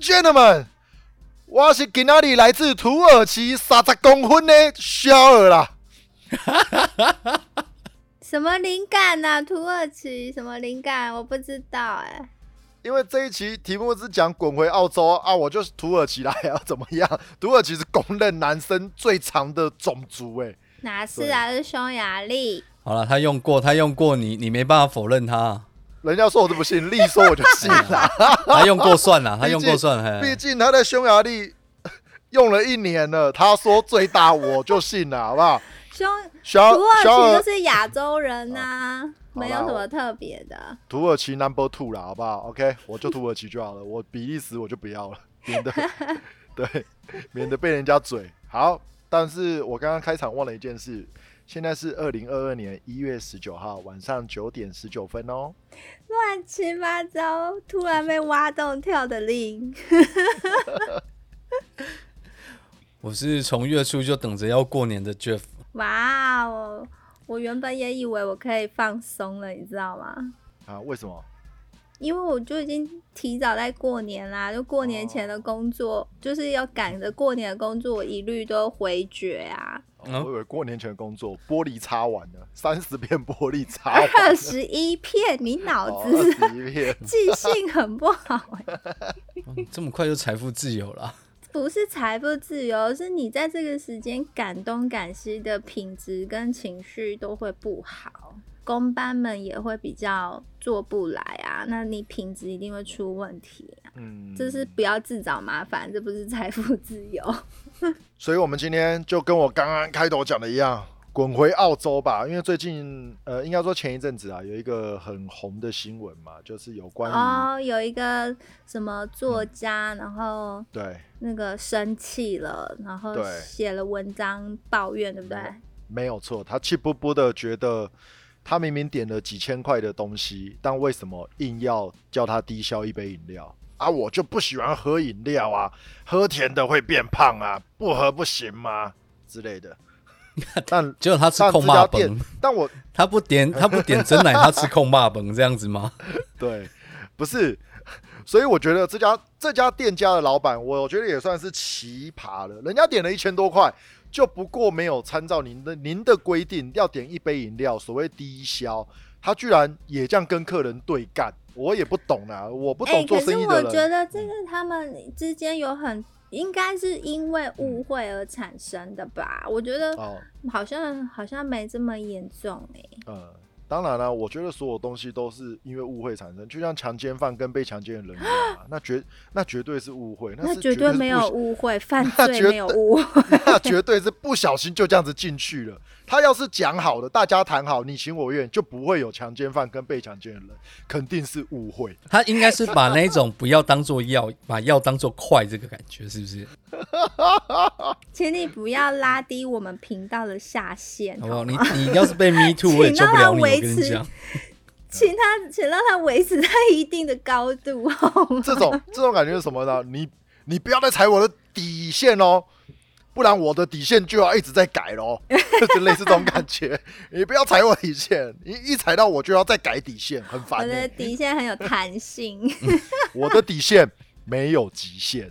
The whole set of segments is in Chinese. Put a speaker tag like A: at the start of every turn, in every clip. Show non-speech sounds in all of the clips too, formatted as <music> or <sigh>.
A: gentlemen，我是今那里来自土耳其三十公分的肖尔啦。
B: 什么灵感呐、土耳其什么灵感？我不知道哎、
A: 因为这一期题目是讲滚回澳洲啊，我就是土耳其啦，还要 <laughs> 怎么样？土耳其是公认男生最长的种族、欸，
B: 哪是啊？是匈牙利。
C: 好了，他用过，他用过你，你没办法否
A: <laughs>
C: 认他。
A: 人家说我都不信，力说我就信
B: <laughs>
A: 啦。
C: 他用过算了，他
A: 毕
C: 用
A: 竟
C: 过
B: 哎
C: 算。
A: 毕
C: 嘿，
A: 竟他在匈牙利 <laughs> 用了一年了，他说最大我就信了，好不好？
B: 匈
A: 小
B: 土耳
A: 小
B: 其
A: 尔
B: 就是亚洲人呐、没有
A: 好啦
B: 什
A: 我
B: 么特别的。
A: 土耳其 number two 啦，好不好？OK，我就土耳其就好了， <laughs> 我比利时我就不要了，免得 <laughs> 对，免得被人家嘴。好，但是我刚刚开场忘了一件事，现在是二零二二年一月十九号晚上九点十九分哦。
B: 乱七八糟，突然被挖洞跳的令。 <laughs>
C: 我是从月初就等着要过年的 Jeff。
B: 哇哦！我原本也以为我可以放松了，你知道吗？
A: 啊，为什么？
B: 因为我就已经提早在过年啦，就过年前的工作，
A: 哦
B: 就是要赶着过年的工作，我一律都回绝啊。
A: 哦
C: 嗯
A: 我以为过年前的工作玻璃擦完了，三十片玻璃擦完
B: <laughs>
A: 了，
B: 二十一片，你脑
A: 哦
B: 子
A: 二十一片。
B: <laughs> 记性很不好、欸，
C: 嗯这么快就财富自由了？
B: 不是财富自由，是你在这个时间感东感西的品质跟情绪都会不好，工班们也会比较做不来啊，那你品质一定会出问题、啊，
A: 嗯，
B: 这是不要自找麻烦，这不是财富自由。
A: 所以我们今天就跟我刚刚开头讲的一样，滚回澳洲吧。因为最近，呃，应该说前一阵子啊，有一个很红的新闻嘛，就是有关于、
B: 哦，有一个什么作家，然后
A: 对
B: 那个生气了，然后
A: 对
B: 写了文章抱怨，对不对？
A: 没有错，他气不不的觉得他明明点了几千块的东西，但为什么硬要叫他低消一杯饮料啊？我就不喜欢喝饮料啊，喝甜的会变胖啊，不喝不行吗？之类的。但
C: 结果他吃
A: 但这
C: 控
A: 家
C: 霸
A: 店
C: 崩，，
A: 但我
C: 他不点他不点真奶，他吃控霸崩这样子吗？
A: 对，不是，所以我觉得这家这家店家的老板，我觉得也算是奇葩了。人家点了一千多块，就不过没有参照您的您的规定，要点一杯饮料，所谓低消，他居然也这样跟客人对干，我也不懂啊，我不
B: 哎，
A: 懂做生意的
B: 可是
A: 人。嗯
B: 我觉得这个他们之间有很，应该是因为误会而产生的吧？我觉得
A: 嗯哦，
B: 好像好像没这么严重哎、
A: 呃，当然了、我觉得所有东西都是因为误会产生，就像强奸犯跟被强奸的人一样、啊，那绝那绝对是误会，
B: 那
A: 是
B: 绝
A: 对
B: 对
A: 是
B: 没
A: 不
B: 有
A: 小
B: 误
A: <laughs>
B: 会，犯
A: 那
B: 罪
A: 绝
B: 没有
A: 对 <laughs>
B: 误会。
A: 那绝对是不小心就这样子进去了。他要是讲好的，大家谈好，你情我愿，就不会有强奸犯跟被强奸的人，肯定是误会。
C: 他应该是把那种不要当做药，把药当做快这个感觉，是不是？
B: 请你不要拉低我们频道的下限，哦
C: 好不
B: 好
C: 好？你
B: 吗？
C: 你要是被
B: <laughs>
C: me too，我也救不了你。我
B: 请让他维
C: 跟你
B: 持
C: 讲，
B: <laughs> 请他，请让他维持在一定的高度，哦好吗？
A: 这种这种感觉是什么呢？你你不要再踩我的底线哦，不然我的底线就要一直在改咯， <laughs> 就类似这种感觉。你不要踩我底线，你一踩到我就要再改底线，很
B: 我
A: 烦、
B: 的
A: 欸。
B: 底线很有弹性。
A: 我的底线没有极限。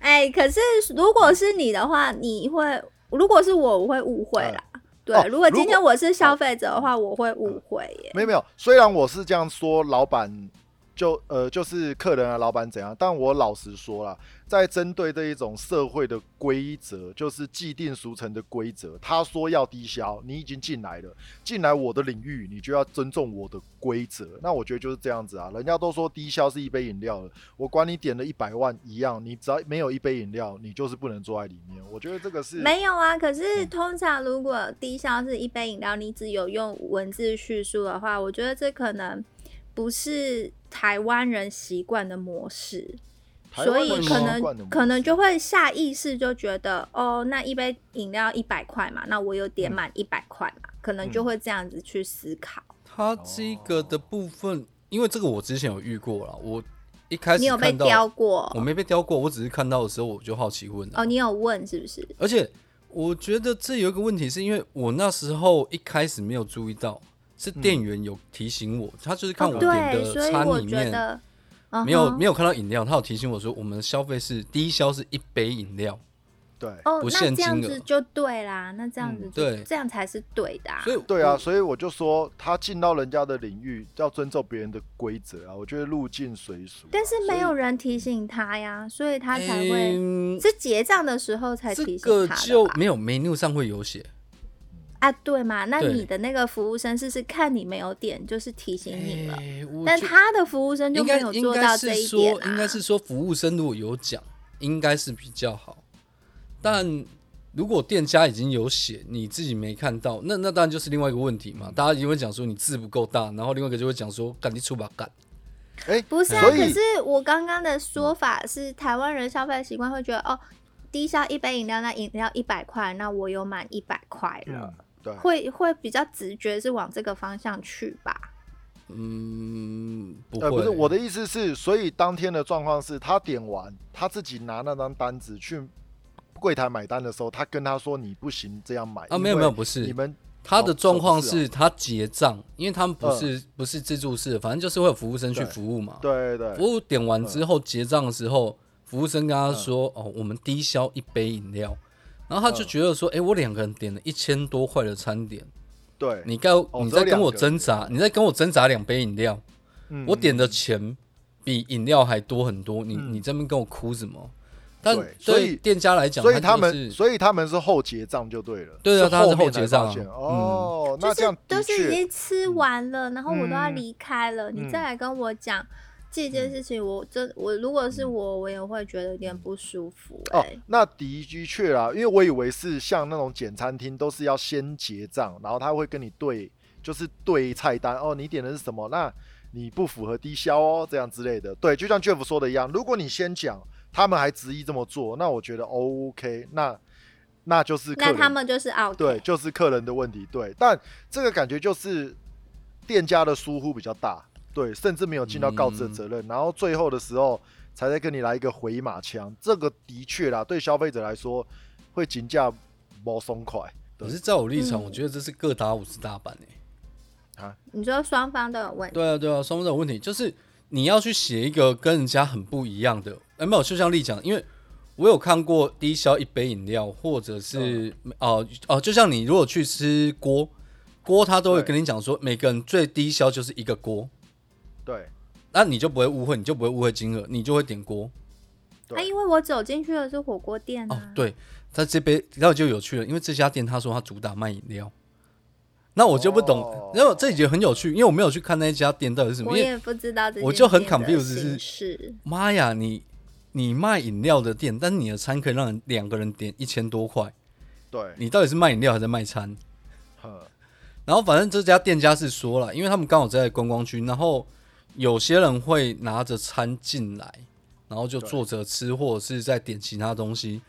B: 哎、可是如果是你的话，你会；如果是我，我会误会啦。对、
A: 哦
B: 如果今
A: 如
B: 天
A: 果
B: 我是消费者的话，我会误会耶。
A: 没有没有，虽然我是这样说，老板就呃就是客人啊，老板怎样，但我老实说啦，在针对这一种社会的规则，就是既定俗成的规则，他说要低消，你已经进来了，进来我的领域，你就要尊重我的规则。那我觉得就是这样子啊，人家都说低消是一杯饮料了，我管你点了一百万一样，你只要没有一杯饮料，你就是不能坐在里面。我觉得这个是
B: 没有啊，可是
A: 嗯
B: 通常如果低消是一杯饮料，你只有用文字叙述的话，我觉得这可能不是台湾人习惯的模式，
A: 台
B: 所
A: 湾
B: 以
A: 人
B: 可
A: 习惯的
B: 能
A: 模
B: 可能
A: 式
B: 就会下意识就觉得，哦，那一杯饮料一百块嘛，那我有点满一百块嘛，可能就
A: 嗯
B: 会这样子去思考。
C: 他这个的部分，因为这个我之前有遇过了，我一开始
B: 你有被
C: 看到
B: 雕过？
C: 我没被雕过，我只是看到的时候我就好奇问了。
B: 哦哦，你有问是不是？
C: 而且我觉得这有一个问题，是因为我那时候一开始没有注意到，是店员有提醒我，他就是看
B: 嗯哦，
C: 我点
B: 对，
C: 的
B: 所以
C: 餐
B: 我
C: 里
B: 觉
C: 面、
B: 得，嗯
C: 没有
B: 哼
C: 没有看到饮料，他有提醒我说我们消费是第一消是一杯饮料，
A: 对
B: 哦，
C: 不
B: 那
C: 限
B: 这样
C: 金额
B: 子就对啦，那这样
A: 嗯
B: 子就
C: 对
B: 这样才是对的、啊。
C: 所以
A: 对啊，
C: 我，
A: 所以我就说他进到人家的领域要遵照别人的规则啊，我觉得入境随俗啊。
B: 但是没
A: 所以
B: 有人提醒他呀，所以他才会、
C: 嗯
B: 是结账的时候才
C: 这
B: 提
C: 个
B: 醒他的
C: 就
B: 吧？
C: 没有 menu 上会有写，
B: 啊，对嘛？那
C: 对
B: 你的那个服务生是是看你没有点，就是提醒你了。
C: 哎我
B: 但
C: 觉
B: 他的服务生就
C: 应
B: 没
C: 该
B: 有
C: 应
B: 做
C: 该
B: 到
C: 是
B: 这一点
C: 说，
B: 啊。
C: 应该是说服务生如果有讲，应该是比较好。但如果店家已经有写，你自己没看到，那那当然就是另外一个问题
B: 嗯
C: 嘛。大家一定会讲说你字不够大，然后另外一个就会讲说干你出把干。
A: 哎，
B: 不是啊？
A: 所
B: 可
A: 以
B: 是我刚刚的说法是，台湾人消费习惯会觉得哦，低消一杯饮料，那饮料一百块，那我有满一百块了，
A: 对啊
B: 会会比较直觉是往这个方向去吧？
C: 嗯，不会，
A: 呃，不是我的意思是，所以当天的状况是他点完，他自己拿那张单子去柜台买单的时候，他跟他说你不行这样买
C: 啊，
A: 因
C: 没有
A: 为
C: 没有，不是
A: 你们
C: 他的状况
A: 哦
C: 是他结账，因为他们不是、不是自助式的，反正就是会有服务生去
A: 嗯对
C: 服务嘛。
A: 啊对对对
C: 服务点完之后结账的时候，服务生跟他说：“
A: 嗯
C: 哦，我们低消一杯饮料。”然后他就觉得
A: 嗯
C: 说：“哎、我两个人点了一千多块的餐点，
A: 对，
C: 你该、你
A: 哦只有
C: 在
A: 两
C: 跟
A: 个
C: 我挣扎，你在跟我挣扎两杯饮料，
A: 嗯
C: 我点的钱比饮料还多很多，你、
A: 嗯
C: 你这边跟我哭什么？”但
A: 对所以
C: 对店家来讲，
A: 所以他
C: 他就
A: 们
C: 是
A: 所以他们是后结账就对了，
C: 对啊他是
A: 后
C: 后
A: 面才
C: 结账
A: 发现
C: 嗯
A: 哦，那这
B: 就是
A: 样
B: 都
A: 的
B: 是已
A: 确
B: 经吃完了，然后我都要离开了，
A: 嗯
B: 你再来跟我讲。这件事情我，真我如果是我，我也会觉得有点不舒服、欸。
A: 哦，那的确啦，因为我以为是像那种简餐厅都是要先结账，然后他会跟你对，就是对菜单哦，你点的是什么？那你不符合低消哦，这样之类的。对，就像 Jeff 说的一样，如果你先讲，他们还执意这么做，那我觉得 OK，那那就是客
B: 那
A: 人
B: 他们就是 out。
A: 对，，就是客人的问题。对，但这个感觉就是店家的疏忽比较大，对，甚至没有尽到告
C: 嗯
A: 知的责任，然后最后的时候才再跟你来一个回马枪，这个的确啦，对消费者来说会竞价不松快
C: 可是在我立场，
B: 嗯
C: 我觉得这是各打五十大板哎、
A: 啊。
B: 你说双方都有问题。
C: 对啊，对啊，双方都有问题，就是你要去写一个跟人家很不一样的。哎、没有，就像丽讲，因为我有看过低消一杯饮料，或者
A: 嗯
C: 是哦哦、就像你如果去吃锅，锅他都会
A: 对
C: 跟你讲说，每个人最低消就是一个锅，
A: 对，
C: 那你就不会误会，你就不会误会金额，你就会点锅。
A: 对
B: 啊，因为我走进去的是火锅店
C: 哦
B: 啊，。
C: 对，他这杯然后就有趣了，因为这家店他说他主打卖饮料。那我就不懂
A: 哦，
C: 然后这也很有趣，因为我没有去看那一家店到底是什么，
B: 我
C: 因为
B: 也不知道这
C: 我就很
B: 间店的
C: confused 是
B: 形式
C: 妈呀，你你卖饮料的店，但你的餐可以让人两个人点一千多块，
A: 对，
C: 你到底是卖饮料还是卖餐？
A: 嗯，
C: 然后反正这家店家是说了，因为他们刚好在观光区，然后有些人会拿着餐进来，然后就
A: 对
C: 坐着吃或者是在点其他东西，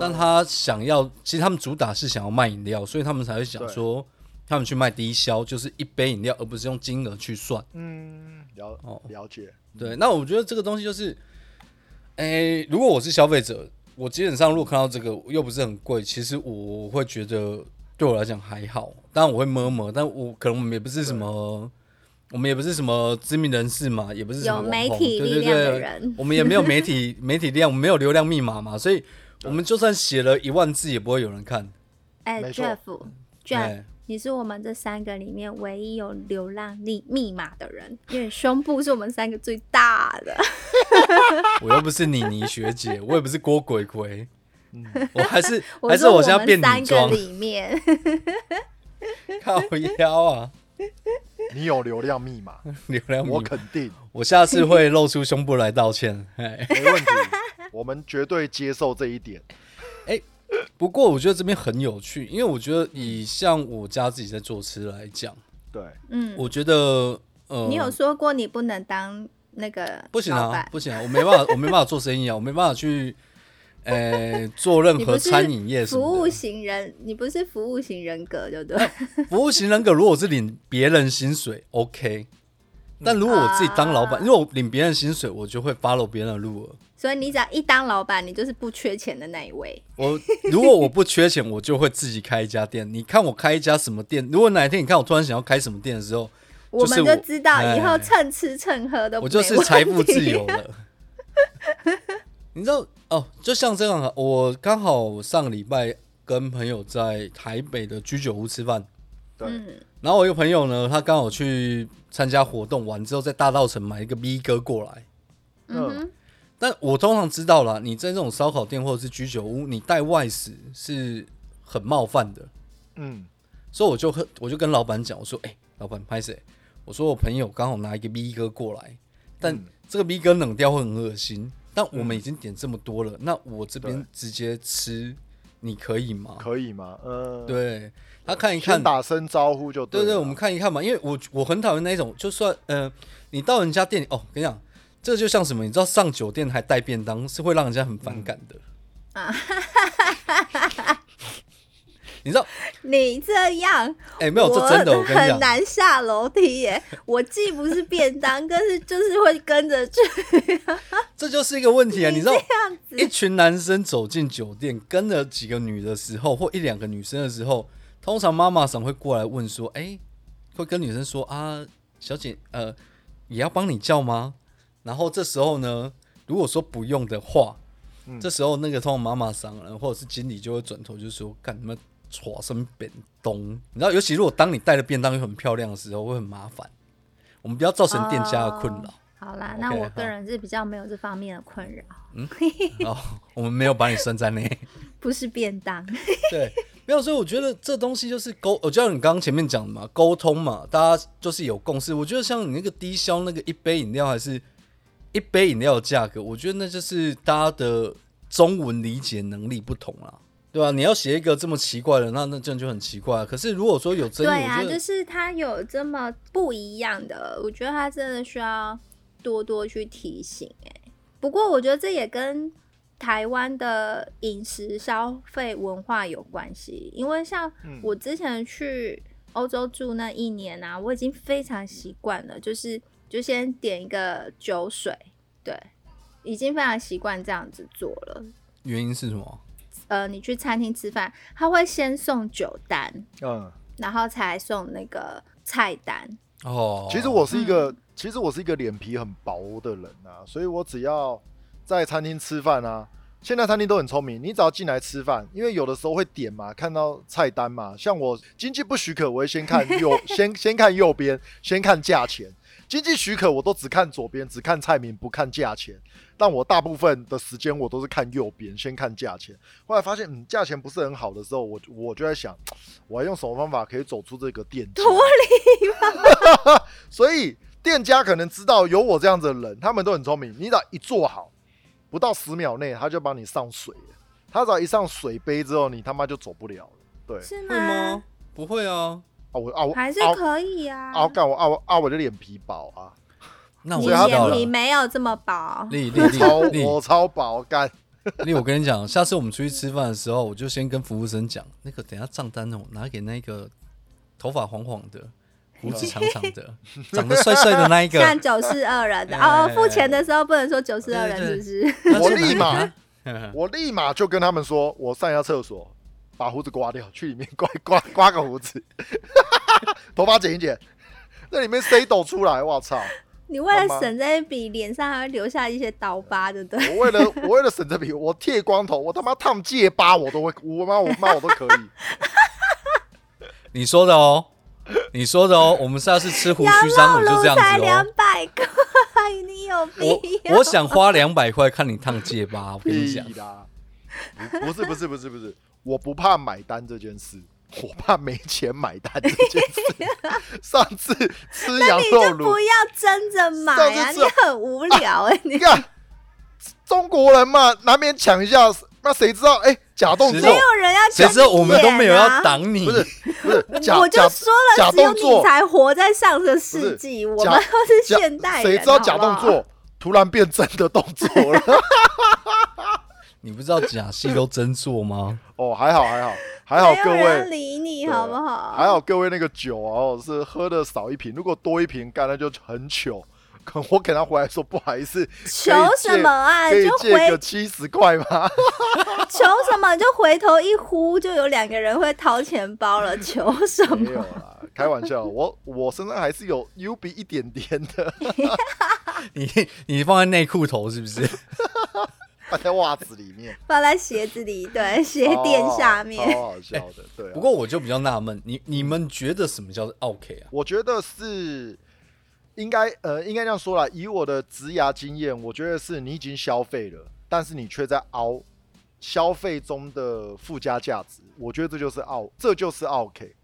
C: 但
A: 嗯
C: 他想要，其实他们主打是想要卖饮料，所以他们才会想
A: 对
C: 说，他们去卖低消，就是一杯饮料，而不是用金额去算。
A: 嗯，了
C: 哦
A: 了解，
C: 对，那我觉得这个东西就是，诶、如果我是消费者，我基本上如果看到这个又不是很贵，其实我会觉得对我来讲还好，当然我会摸摸，但我可能我们也不是什么。我们也不是什么知名人士嘛，也不是什么
B: 有
C: 网
B: 媒
C: 红
B: 体
C: 对
B: 力
C: 对
B: 量的
C: 对
B: 人
C: 我们也没有
B: <laughs>
C: 媒体媒体力量，我们没有流量密码嘛，所以我们就算写了一万字也不会有人看。
B: 哎
A: 没错
B: ，Jeff，Jeff，
C: 哎
B: 你是我们这三个里面唯一有流浪密密码的人，因为胸部是我们三个最大
C: <laughs>
B: 的。
C: 我又不是妮妮学姐，我也不是郭鬼鬼，
A: 嗯，
C: 我还是
B: 我
C: 还是
B: 说我
C: 现在变
B: 们三个
C: 女装，
B: 里面，
C: <laughs> 靠腰啊，
A: 你有流量密
C: <laughs>
A: 码，
C: 流量密
A: 我
C: 码。
A: 肯定，
C: 我下次会露出胸部来道歉。哎，
A: 没问题，我们绝对接受这一点。
C: 不过我觉得这边很有趣，因为我觉得以像我家自己在做吃来讲，
A: 对，
B: 嗯，
C: 我觉得呃，
B: 你有说过你不能当那个
C: 不行
B: 老
C: 啊
B: 板，
C: 不行啊，我没办法， <laughs> 我没办法做生意啊，我没办法去
B: <laughs>
C: 呃做任
B: 你
C: 何
B: 不是
C: 餐饮业什
B: 服
C: 么
B: 务
C: 的。
B: 型人，你不是服务型人格，对不对？
C: <laughs> 服务型人格，如果是领别人薪水，OK。但如果我自己当老板，
B: 啊
C: 如果我领别人薪水，我就会 follow 别人的路了。
B: 所以你只要一当老板，你就是不缺钱的那一位。
C: 我如果我不缺钱，我就会自己开一家店。你看我开一家什么店？如果哪一天你看我突然想要开什么店的时候，
B: 我
C: 是
B: 们就知道以后
C: 哎
B: 蹭吃蹭喝都
C: 我就是
B: 呃没问
C: 财富
B: 题
C: 自
B: <laughs>
C: 由了。你知道哦，就像这样啊，我刚好上个礼拜跟朋友在台北的居酒屋吃饭，
A: 对，
B: 嗯
C: 然后我一个朋友呢，他刚好去参加活动，完之后在大道城买一个 B 哥过来。
B: 嗯哼，
C: 但我通常知道啦，你在这种烧烤店或者是居酒屋，你带外食是很冒犯的，
A: 嗯，
C: 所以我就和我就跟老板讲，我说：“哎、老板，拍谁？我说我朋友刚好拿一个 B 哥过来，但
A: 嗯
C: 这个 B 哥冷掉会很恶心。但我们已经点这么多了，那我这边
A: 对
C: 直接吃，你可以吗？
A: 可以吗？呃，，
C: 对他看一看
A: 先，打声招呼就对
C: 对
A: 啊
C: 对，
A: 了
C: 我们看一看嘛，因为我我很讨厌那种，就算呃，你到人家店里哦，跟你讲，这就像什么，你知道上酒店还带便当是会让人家很反感的。
A: 嗯
C: <laughs> 你知道？
B: 你这样，
C: 哎、没有，这真的，我跟你
B: 很
C: 讲，
B: 难下楼梯耶。 <laughs> 我既不是便当，更是就是会跟着去
C: 这就是一个问题啊！你知道，
B: 这样子。
C: 一群男生走进酒店，跟了几个女的时候，或一两个女生的时候，通常妈妈桑会过来问说：“哎、会跟女生说啊，小姐，呃，也要帮你叫吗？”然后这时候呢，如果说不用的话，
A: 嗯
C: 这时候那个通常妈妈桑然后或者是经理就会转头就说：“干你们耍什么便当？”你知道，尤其如果当你带的便当又很漂亮的时候，会很麻烦。我们不要造成店家的
B: 哦
C: 困扰。
B: 好啦，那
C: OK，
B: 我个
C: 好
B: 人是比较没有这方面的困扰，
C: 然后我们没有把你算在内。
B: 不是便当。
C: 对，没有，所以我觉得这东西就是沟，我就像你刚刚前面讲的嘛，沟通嘛，大家就是有共识。我觉得像你那个低消那个一杯饮料还是一杯饮料的价格，我觉得那就是大家的中文理解能力不同啦，对吧、啊你要写一个这么奇怪的，那那这样就很奇怪啊。可是如果说有争议，
B: 对啊，
C: 我觉
B: 就
C: 得
B: 是他有这么不一样的，我觉得他真的需要多多去提醒、欸。不过我觉得这也跟台湾的饮食消费文化有关系，因为像
A: 嗯
B: 我之前去欧洲住那一年啊，我已经非常习惯了，就是就先点一个酒水，对，已经非常习惯这样子做了。
C: 原因是什么？
B: 呃，你去餐厅吃饭，他会先送酒单，
A: 嗯，
B: 然后才送那个菜单。
C: 哦，
A: 其实我是一个，其实我是一个脸皮很薄的人啊，所以我只要在餐厅吃饭啊，现在餐厅都很聪明，你只要进来吃饭，因为有的时候会点嘛，看到菜单嘛，像我经济不许可，我会先看右，先先看右边，先看价钱。经济许可，我都只看左边，只看菜名，不看价钱。但我大部分的时间我都是看右边，先看价钱。后来发现，嗯，价钱不是很好的时候，我我就在想，我要用什么方法可以走出这个店家
B: 脱离
A: <laughs> 所以店家可能知道有我这样子的人，他们都很聪明。你只要一做好，不到十秒内他就帮你上水了。他只要一上水杯之后，你他妈就走不了了。对啊，
B: 是
C: 会吗哦
B: 吗？？
C: 不会啊，
A: 我啊我
B: 还是
A: 啊
B: 可以啊。
A: 啊我干我啊我啊我的脸皮薄啊，
C: 那我
B: 你
A: 所
C: 知
A: 以他
C: 道
B: 眼
C: 了。
B: 皮没有这么薄，
C: 丽丽
A: 超
C: 丽丽，
A: 我超薄干。
C: 丽，我跟你讲，下次我们出去吃饭的时候，我就先跟服务生讲，那个等一下账单哦，拿给那个头发黄黄的、
A: <laughs>
C: 胡子长长的、长得帅帅的那一个，
B: 像九四二人的
C: 哎
B: 哦。付钱的时候不能说九四二人，
C: 对
B: 是
C: 对
B: 不是？
A: 我立马
C: 马
A: 我立马就跟他们说，我上一下厕所，把胡子刮掉，去里面刮刮刮个胡子， <laughs> 头发剪一剪，那里面 C 抖出来，我操！
B: 你为了
A: 好吗
B: 省这一笔，脸上还会留下一些刀疤，对不对？
C: 哦
A: 我为
B: <laughs>
A: 了我为了省这笔，我剃光头，我他妈烫戒疤我都会，我妈我妈我都可以。
C: <laughs>
B: <laughs>
C: 你说的哦，你说的哦，我们下次吃胡
B: 羊
C: 须章我
B: 肉
C: 就
B: 炉
C: 这样
B: 才
A: <laughs>
C: 子
B: 两
C: 哦。
B: 百块，你有病
C: 我我想花两百块看你烫戒
A: <laughs>
C: 疤，我跟你
A: 屁
C: 讲，
A: 啦！不不是不是不是不是，我不怕买单这件事，我怕没钱买单这件事。
B: <laughs>
A: 上次吃羊
B: 你
A: 肉
B: 就
A: 炉
B: 不，要争着买啊！
A: 上
B: 你
A: 次吃
B: 很无聊哎，你
A: 你看中国人嘛，难免抢一下，那谁知道？哎、假动
C: 谁知
A: 作
C: 道
B: 没有人要
C: 谁知道我们都没有要
B: 挡。
C: 挡你
A: 不，是不是假
B: 我就
A: 假
B: 说了，
A: 假
B: 只有
A: 动作
B: 你才活在上个世纪，我们
A: 假
B: 都是
A: 假
B: 现代人。
A: 谁知道假
B: 好不
A: 动
B: 好
A: 作突然变真的动作了？
C: 你不知道假戏都真做吗？ <laughs>
A: 哦，还好还好还好，各
B: 没有人
A: 位。
B: 理你
A: 对啊
B: 好不好？
A: 还好各位那个酒哦，是喝的少一瓶，如果多一瓶，干那就很糗。可我给他回来说不好意思，
B: 求什么啊？
A: 可以
B: 就
A: 借个
B: 回
A: 七十块
B: <laughs>
A: 吗？
B: 求什么？就回头一呼，就有两个人会掏钱包了。
A: <laughs>
B: 求什
A: 没有
B: 么？
A: 啦，开玩笑，我我身上还是有 U B 一点点的，
C: 你你放在内裤头是不是？ <laughs>
A: <laughs> 放在袜子里
B: <laughs>
A: 面，
B: 放在鞋子里，对，鞋垫下面。
A: 哦超好笑
C: <laughs>
A: 的，对、啊。
C: 不过我就比较纳闷，你你们觉得什么叫做 OK 啊？
A: 我觉得是应该呃，应该这样说啦。以我的职涯经验，我觉得是你已经消费了，但是你却在凹消费中的附加价值。我觉得这就是傲，这就是傲 K。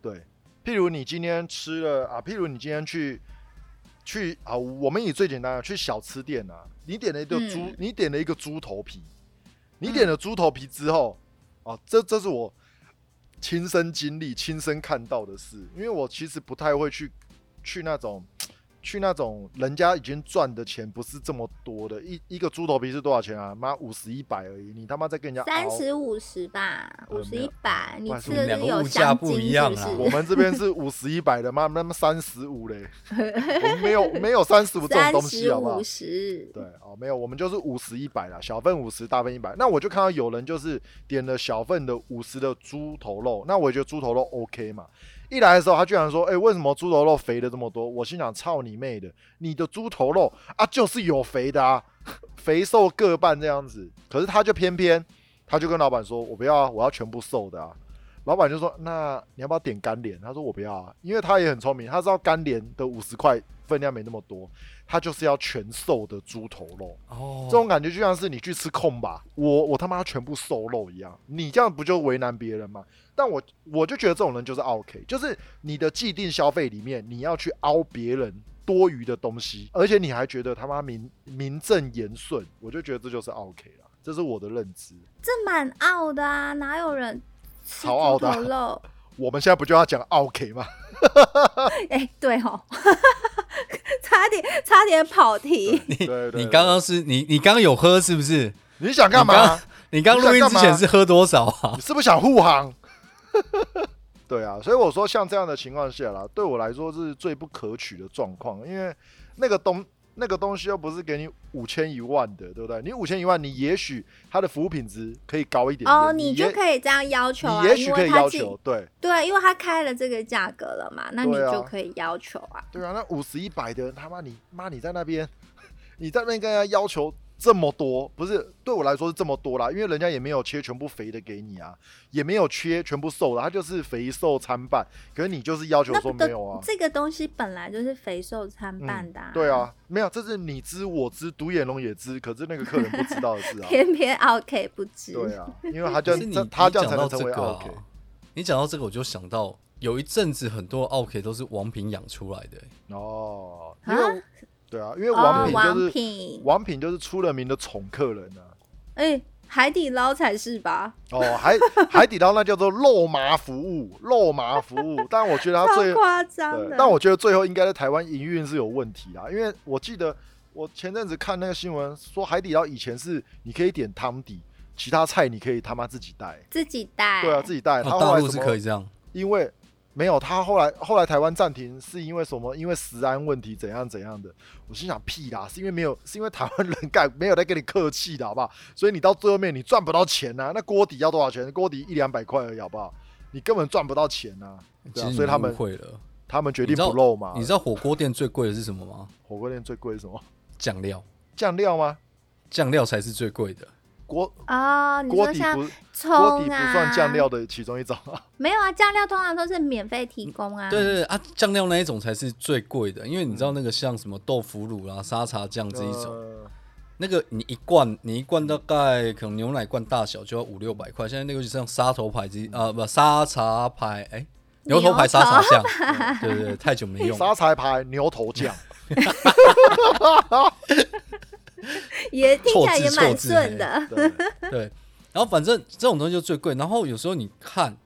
A: 对，譬如你今天吃了啊，譬如你今天去去啊，我们以最简单的去小吃店啊，你点了一个猪，
B: 嗯
A: 你点了一个猪头皮，你点了猪头皮之后，哦、这这是我亲身经历、亲身看到的事，因为我其实不太会去去那种去那种人家已经赚的钱不是这么多的，一一个猪头皮是多少钱啊？妈五十一百而已，你他妈在跟人家
B: 三
A: 凹
B: 十五十吧，
A: 呃
B: 五
A: 没
B: 十
A: 有
B: 一百，你
A: 哇
B: 吃的
A: 这
B: 是
C: 两个
B: 有
C: 物价
B: 香
C: 不
B: 精
C: 一
B: 是
C: 样
B: 不
C: 啊
A: 我
B: 是？
A: 们这边是五十一百的，妈那么三十五
B: <laughs>
A: 嘞，我们没有没有三十五这种
B: 三
A: 东西，
B: 十
A: 好不好
B: 五？十，
A: 对哦，没有，我们就是五十一百啦，小份五十，大份一百。那我就看到有人就是点了小份的五十的猪头肉，那我也觉得猪头肉 OK 嘛。一来的时候，他居然说：“哎、为什么猪头肉肥的这么多？”我心想：“操你妹的，你的猪头肉啊，就是有肥的啊， <laughs> 肥瘦各半这样子。”可是他就偏偏他就跟老板说：“我不要啊，我要全部瘦的啊。”老板就说：“那你要不要点干莲？”他说：“我不要啊，因为他也很聪明，他知道干莲的五十块分量没那么多，他就是要全瘦的猪头肉。
C: 哦
A: 这种感觉就像是你去吃空吧，我我他妈全部瘦肉一样，你这样不就为难别人吗？但我我就觉得这种人就是 OK，就是你的既定消费里面你要去凹别人多余的东西，而且你还觉得他妈名名正言顺，我就觉得这就是 OK 了，这是我的认知。
B: 这蛮傲的啊，哪有人吃
A: 超傲
B: 猪
A: 的啊
B: 头肉？
A: 我们现在不就要讲 OK
C: <laughs>
A: 吗？
B: 哎、对哦， <laughs> 差点差点跑题。
A: 对对对
C: 你刚刚是你你刚刚有喝是不是？
A: 你想干
C: 你
A: 嘛
C: 刚？你刚录音之前是喝多少啊
A: 你？是不是想护航？ <laughs> 对啊，所以我说像这样的情况下啦，对我来说是最不可取的状况，因为那个东那个东西又不是给你五千一万的，对不对？你五千一万，你也许它的服务品质可以高一点点
B: 哦，你
A: 也
B: 就可以这样要求啊，
A: 你也许
B: 因
A: 可
B: 为
A: 以
B: 他
A: 要
B: 自己
A: 求，对
B: 对，因为他开了这个价格了嘛，那你
A: 对啊
B: 就可以要求啊。
A: 对啊，那五十一百的，他妈你妈你在那边，你在那边跟人家要求这么多，不是对我来说是这么多啦，因为人家也没有切全部肥的给你啊，也没有切全部瘦的，他就是肥瘦参半。可是你就是要求
B: 那
A: 说
B: 的
A: 没有啊，
B: 这个东西本来就是肥瘦参半的、
A: 对，啊，没有，这是你知我知，独眼龙也知，可是那个客人不知道的
B: <laughs>
A: 事啊。
B: 偏偏 OK 不止。
A: 对啊，因为他
C: 就
A: 就是
C: 你
A: 这他
C: 你
A: 这样才
C: 讲
A: 能
C: 到这
A: 成为
C: 个、啊
A: OK。
C: 你讲到这个，我就想到有一阵子很多 OK 都是王品养出来的、欸
A: 哦，因
B: 啊
A: 为我对啊，因为
B: 哦
A: 王，品
B: 王
A: 就是
B: 品，
A: 王品就是出了名的宠客人啊。
B: 哎、海底捞才是吧？
A: 哦，海海底捞那叫做肉麻服务，肉麻服务。但我觉得他
B: 超
A: 最，
B: 夸张
A: 对
B: 的。
A: 但我觉得最后应该在台湾营运是有问题啊，因为我记得我前阵子看那个新闻说，海底捞以前是你可以点汤底，其他菜你可以他妈自己带。
B: 自己带。
A: 对啊，自己带。他
C: 哦，
A: 后
C: 大
A: 来
C: 陆
A: 什
C: 是
A: 么
C: 可以这样，
A: 因为没有他后来后来台湾暂停是因为什么？因为食安问题怎样怎样的？我心想屁啦，是因为没有，是因为台湾人干没有在跟你客气的好不好？所以你到最后面你赚不到钱呐、那锅底要多少钱？锅底一两百块而已好不好？你根本赚不到钱呐、对
C: 其
A: 啊，
C: 实
A: 所以他们
C: 会了。
A: 他们决
C: 你
A: 定
C: 知道
A: 不漏嘛。
C: 你知道火锅店最贵的是什么吗？
A: 火锅店最贵是什么？
C: 酱料，
A: 酱料吗？
C: 酱料才是最贵的。
A: 锅
B: 哦，你
A: 锅
B: 说
A: 底
B: 像
A: 不锅底
B: 葱
A: 不
B: 啊，
A: 算酱料的其中一种啊。
B: 没有啊，酱料通常都是免费提供啊。
C: 对对对啊，酱料那一种才是最贵的，因为你知
A: 嗯
C: 道那个像什么豆腐乳啦、沙茶酱这一种，
A: 呃 <laughs>
C: 那个你一罐，你一罐大概可能牛奶罐大小就要五六百块。现在那个就像沙头牌
A: 嗯
C: 鸡啊，不沙茶牌，哎、牛头牌沙茶酱，
A: <laughs>
C: 对对对，太久没用了。
A: 沙茶牌牛头酱，
B: 也听起来也
C: 错
B: 蛮
C: 字
B: 顺的。
C: <laughs>
A: 对
C: 对，然后反正这种东西就最贵。然后有时候你看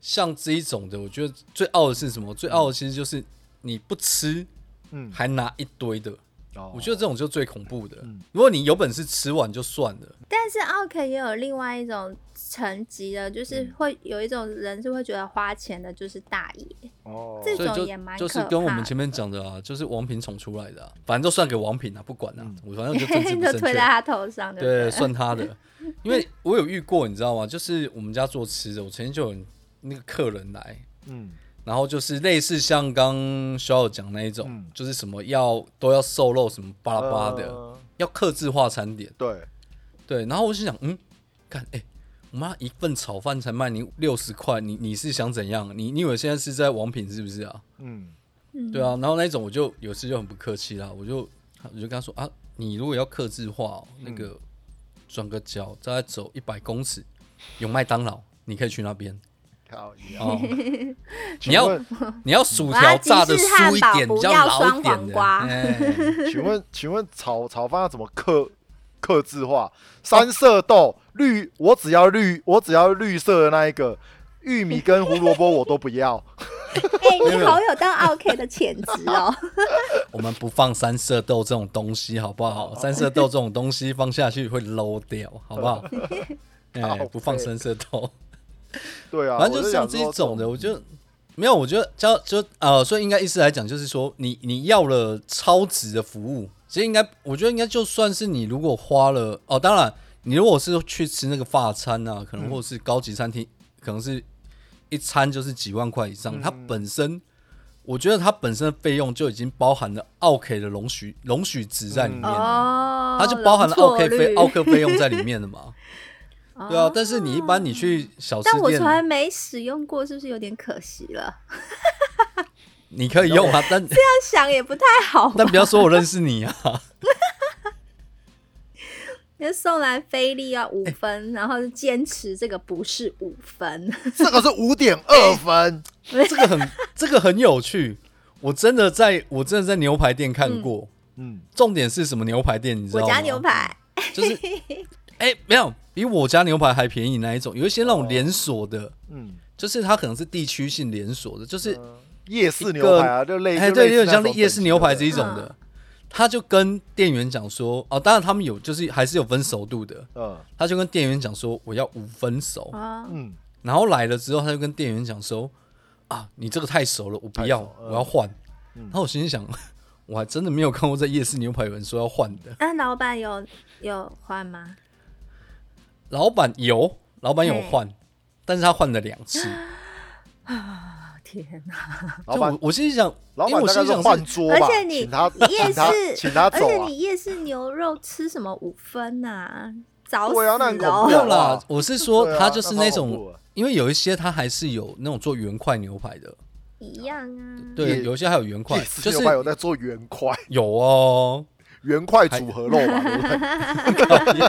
C: 像这一种的，我觉得最傲的是什么？最傲的其实就是你不吃
A: 嗯，
C: 还拿一堆的，
A: 哦
C: 我觉得这种就最恐怖的
A: 嗯。
C: 如果你有本事吃完就算了，
B: 但是奥 k 也有另外一种层级的，就是
C: 嗯
B: 会有一种人是会觉得花钱的就是大爷，
A: 哦，
B: 这
C: 所以
B: 种也蛮
C: 就
B: 可
C: 就
B: 怕的
C: 是跟我们前面讲的啊，就是王平宠出来的、啊，反正就算给王平啊，不管啊，
A: 嗯
C: 我反正就
B: <laughs>
C: 政治不
B: 就
C: 正
B: 推
C: 确
B: 在，他头上，对不
C: 对，
B: 对？
C: 算
B: <laughs>
C: 他的。因为我有遇过，你知道吗？就是我们家做吃的，我曾经就有那个客人来，
A: 嗯
C: 然后就是类似像刚小友讲那一种，
A: 嗯
C: 就是什么要都要瘦肉什么巴拉巴拉的，
A: 呃
C: 要克制化餐点。
A: 对，
C: 对，然后我就想，嗯，看，哎、我妈一份炒饭才卖你六十块，你你是想怎样？你你以为现在是在王品是不是啊？
A: 嗯
B: 嗯
C: 对啊，然后那一种我就有次就很不客气啦，我就我就跟他说啊，你如果要克制化、哦，那个转个角再走一百公尺，有麦当劳，你可以去那边
A: 好，一样
C: 哦。
A: 请
C: 你要 <laughs>
A: 问
C: 你要薯
B: 我要
C: 条炸的
B: 吉士
C: 酥
B: 汉
C: 一
B: 堡
C: 点，
B: 不
C: 比较
B: 要
C: 老一
B: 双
C: 点
B: 黄
C: 的。
B: 瓜
C: 哎
A: 请问请问炒炒饭要怎么克克制化？三色豆绿，我只要绿，我只要绿色的那一个。玉米跟胡萝卜我都不
C: <laughs>
A: 要，
B: 哎、
C: 没有
B: 你好有当奥 k 的潜
C: <laughs>
B: 质哦，
C: 我们不放三色豆这种东西，好不好？三色豆这种东西放下去会 low 掉，好不 <laughs> 好？哎，不放三色豆，
A: 对啊，
C: 反正
A: 我
C: 就
A: 想
C: 像这一
A: 说
C: 种的，我觉得没有，我觉得叫就呃，所以应该意思来讲，就是说你你要了超值的服务，其实应该我觉得应该就算是你如果花了哦，当然你如果是去吃那个法餐啊，
A: 嗯
C: 可能或者是高级餐厅，可能是一餐就是几万块以上，它
A: 嗯
C: 本身。我觉得它本身的费用就已经包含了奥 K 的容许容许值在
A: 嗯
C: 里面了，
B: 哦，
C: 它就包含了奥
B: 容
C: K
B: 错
C: 费
B: 率
C: 奥，克费用在里面
B: <laughs>
C: 了嘛？对啊
B: 哦，
C: 但是你一般你去小吃
B: 但我
C: 店，
B: 从来没使用过，是不是有点可惜了？
C: 你可以用啊，但
B: 这样想也不太好吧
C: 但不要说我认识你啊！
B: 那送来菲力要
C: 哎
B: 五分，然后坚持这个不是五分，
A: 这个是五点二分，
C: 这个很这个很有趣，我真的在我真的在牛排店看过。
A: 嗯，
C: 重点是什么牛排店？你知道
B: 我
C: 吗？
B: 家牛排
C: 就是，哎、没有比我家牛排还便宜那一种，有一些
A: 哦
C: 那种连锁的，
A: 嗯，
C: 就是它可能是地区性连锁的，就是
A: 夜市
C: 一
A: 呃牛
C: 个
A: 排啊，就类
C: 哎、
A: 就
C: 对，
A: 类似
C: 有点
A: 那
C: 像
A: 种
C: 夜
A: 等
C: 市
A: 级
C: 牛排
A: 的
C: 这一种
B: 嗯
C: 的。他就跟店员讲说，哦，当然他们有，就是还是有分熟度的。
A: 嗯
C: 他就跟店员讲说，我要五分熟。
B: 啊，
A: 嗯，
C: 然后来了之后，他就跟店员讲说：“啊，你这个太熟了，我不要
A: 太熟，嗯
C: 我要换。然后我心里想， <laughs> 我还真的没有看过在夜市牛排有人说要换的。
B: 那老板有有换吗？
C: 老板有，老板有
B: 嘿
C: 换，但是他换了两次。
B: 哦天哪！
A: 老
C: 就
A: 板
C: 我我心里想，
A: 老
C: 因
A: 板
C: 为我
A: 大概
C: 心里
A: 是
C: 想
A: 换
C: 是，
A: 桌
B: 而
A: 吧，
B: 且你
A: 请他
B: 夜
A: 请他
B: 市
A: 请他
B: 而
A: 走
B: 且
A: 啊
B: 你，夜市牛肉吃什么五分呐？早死
A: 对啊那很恐怖
B: 哦！
C: 没有
A: 哇
C: 啦，我是说
A: 对啊
C: 他就是
A: 那超
C: 那
A: 恐怖
C: 种
A: 的，
C: 因为有一些他还是有那种做圆块牛排的，
B: 一样啊，
A: 也
C: 对，有一些还有圆块
A: 夜，市
C: 就
A: 牛
C: 是
A: 排有在做圆块，
C: 有哦。
A: 圆块组合肉
C: <laughs>
A: 嘛，对不对？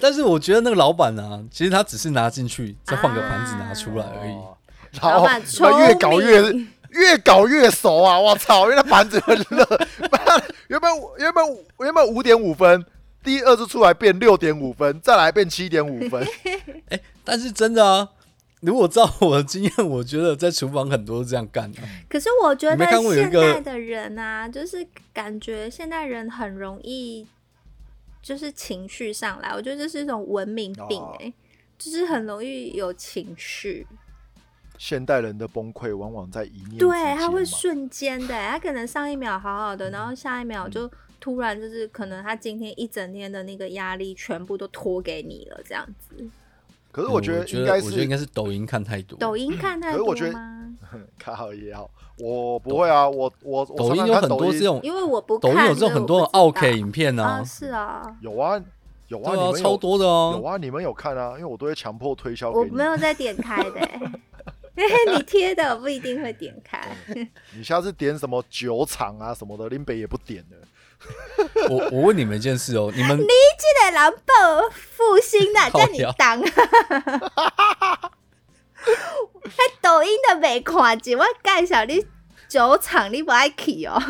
C: 但是我觉得那个老板啊，其实他只是拿进去，再换个盘子拿出来而已。
A: 哦
B: 老板
A: 然后越搞越
B: 聪明
A: 越搞越熟啊！我操，原来盘子很热， <laughs> 妈的原本原本原本五点五分，第二次出来变六点五分，再来变七点五
B: <laughs>
A: 分，
C: 哎、但是真的啊，如果照我的经验，我觉得在厨房很多是这样干的。
B: 可是我觉
C: 你没
B: 得
C: 看过有
B: 现
C: 一个
B: 代的人啊，就是感觉现代人很容易就是情绪上来，我觉得这是一种文明病
A: 哦
B: 哎、就是很容易有情绪，
A: 现代人的崩溃往往在一念之
B: 对，
A: 间
B: 他
A: 嘛嗯
B: 会瞬间的欸、他可能上一秒好好的，然后下一秒就突然就是可能他今天一整天的那个压力全部都拖给你了，这样子。
A: 可是我觉得
C: 觉
A: 应
C: 得
A: 该
C: 嗯我觉得应
A: 是
C: 该是抖音看太多，
B: 抖音看太
A: 可是我
B: 多
A: 觉得
B: 吗？
A: 靠也好，我不会啊，我我我
C: 抖
A: 常
C: 音
A: 常
C: 有
A: 看
C: 很
A: 抖
C: 多
A: 音
C: 这种，
B: 因为我不
C: 抖
B: 看，
C: 音有这种很多的 OK
B: 影
C: 影片
B: 啊，
C: 啊，
B: 是啊。
A: 有啊有啊，
C: 对
A: 你
C: 啊，
A: 们有
C: 超多的哦、
A: 有啊，你们有看啊，因为我都会强迫推销
B: 我
A: 给你
B: 没。有在点开的、 <laughs> 欸，你贴的我不一定会点开。
A: 你下次点什么酒厂啊什么的，林北也不点了。
C: 我我问你们一件事哦、
B: <laughs>
C: 你们
B: 记得狼暴复兴呐，
C: 靠
B: 叫你
C: 腰
B: 当。啊 <laughs> 那抖音的没看见，我介绍你酒厂你不爱去哦。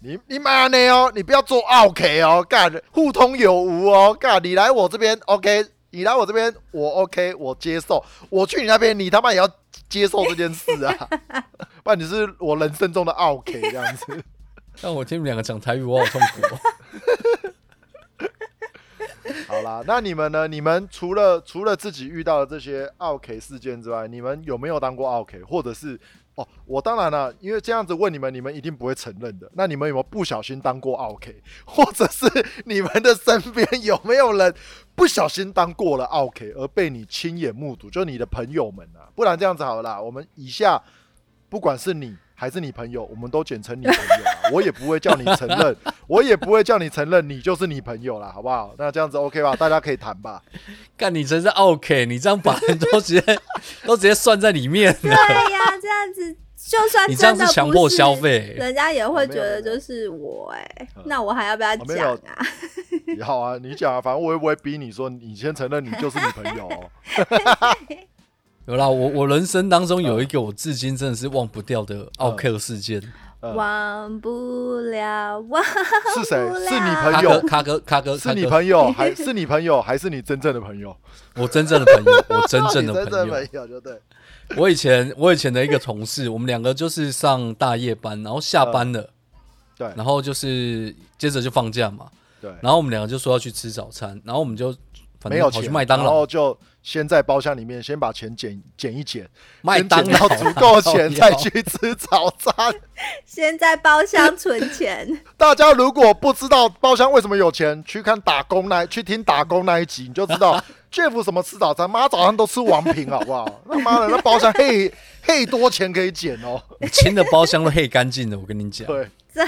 A: 你你妈呢哦，你不要做 OK 哦，干互通有无哦，干你来我这边 OK，你来我这边我 OK，我接受，我去你那边你他妈也要接受这件事啊，不然你是我人生中的 OK 这样子。
C: 但我听你们两个讲台语，我好痛苦、哦。 <laughs>
A: 好啦，那你们呢？你们除了除了自己遇到的这些奥 K 事件之外，你们有没有当过奥 K，或者是哦，我当然了，因为这样子问你们，你们一定不会承认的。那你们有没有不小心当过奥 K，或 <laughs> 者是你们的身边有没有人不小心当过了奥 K 而被你亲眼目睹？就你的朋友们啊，不然这样子好了啦，我们以下不管是你。还是你朋友，我们都简称你朋友啦，我也不会叫你承
B: <laughs>
A: 认，我也不会叫你承认你就是你朋友啦，好不好？那这样子 OK 吧？大家可以谈吧。
C: 干你真是 OK，你这样把人都直接 <laughs> 都直接算在里面啊
B: 对
C: 了。
B: <laughs> 呀、这样子就算
C: 你这样
B: 真的
C: 是
B: 不
C: 强迫消费
B: 人家也会觉得
A: 没有
B: 就是我哎、
A: 嗯
B: 那我还要不要
A: 哦没
B: 讲
A: 有
B: 啊？
A: 也好啊，你讲啊，反正我也不会逼你说你先承认你就是你朋友、
B: <laughs>
A: 哦。
C: 有啦，我我人生当中有一个我至今真的是忘不掉的奥克事件，
A: 嗯
B: 忘不了，忘
A: 是谁？
B: 无聊
A: 是你
C: 卡
A: 朋
C: 哥
A: 友？
C: 卡哥卡哥，
A: 是
C: 卡
A: 你
C: 哥
A: 朋友？还是你朋友？还是你真正的朋友？哦
C: 我真正的朋友，我 <laughs> 真
A: <laughs>
C: 正
A: 你
C: 的
A: 真
C: 朋
A: 正
C: 友
A: 的。朋友就对。
C: 我以前我以前的一个同事，我们两个就是上大夜班，然后下
A: 嗯
C: 班了，
A: 对
C: 然后就是接着就放假嘛，
A: 对，
C: 然后我们两个就说要去吃早餐，然后我们就反
A: 没
C: 正
A: 有
C: 跑去
A: 钱，
C: 麦当
A: 然
C: 劳，
A: 后就先在包厢里面先把钱捡捡一捡，
C: 麦当
A: 先捡
C: 劳
A: 到足够
C: <laughs> 靠腰
A: 钱再去吃早餐。
B: 先在包厢存
C: <laughs>
B: 钱，
A: 大家如果不知道包厢为什么有钱，去看打工那去听打工那一集，你就知 <laughs> 道 Jeff 什么吃早餐，妈早上都吃王品，好不 <laughs> 好？他妈的，那包厢嘿嘿多钱可以捡哦。
C: 我清的包厢都黑干净了，我跟你讲，
A: 对，
B: 真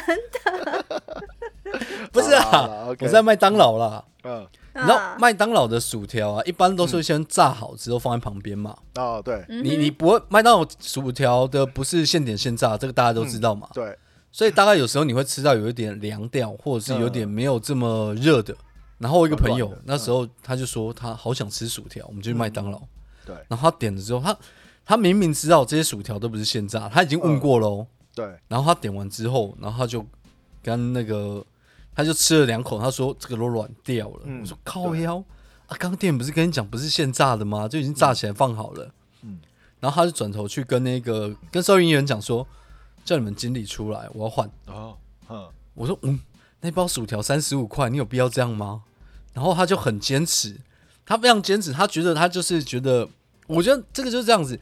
C: 不是
A: 好啦好啦
C: 啊，
A: ，OK
C: 我在麦当劳啦。
A: 嗯，
C: 你知道
B: 嗯
C: 麦当劳的薯条啊，一般都是会先炸好之后放在旁边嘛。
A: 哦，对
C: 你你不会麦当劳薯条的不是现点现炸，这个大家都知道嘛。
A: 对，
C: 所以大概有时候你会吃到有一点凉掉，或者是有点没有这么热的。然后我一个朋
A: 暖
C: 友
A: 嗯暖的
C: 那时候他就说他好想吃薯条，我们就去麦当劳。
A: 对
C: 然后他点了之后，他他明明知道这些薯条都不是现炸，他已经问过喽、
A: 嗯对，
C: 然后他点完之后，然后他就跟那个他就吃了两口，他说这个都软掉了。
A: 嗯
C: 我说靠腰啊，刚刚店员不是跟你讲不是现炸的吗？就已经炸起来放好了。
A: 嗯
C: 然后他就转头去跟那个跟收银员讲说，叫你们经理出来，我要换。
A: 哦，嗯，
C: 我说嗯，那包薯条三十五块，你有必要这样吗？然后他就很坚持，他非常坚持，他觉得他就是觉得，我觉得这个就是这样子，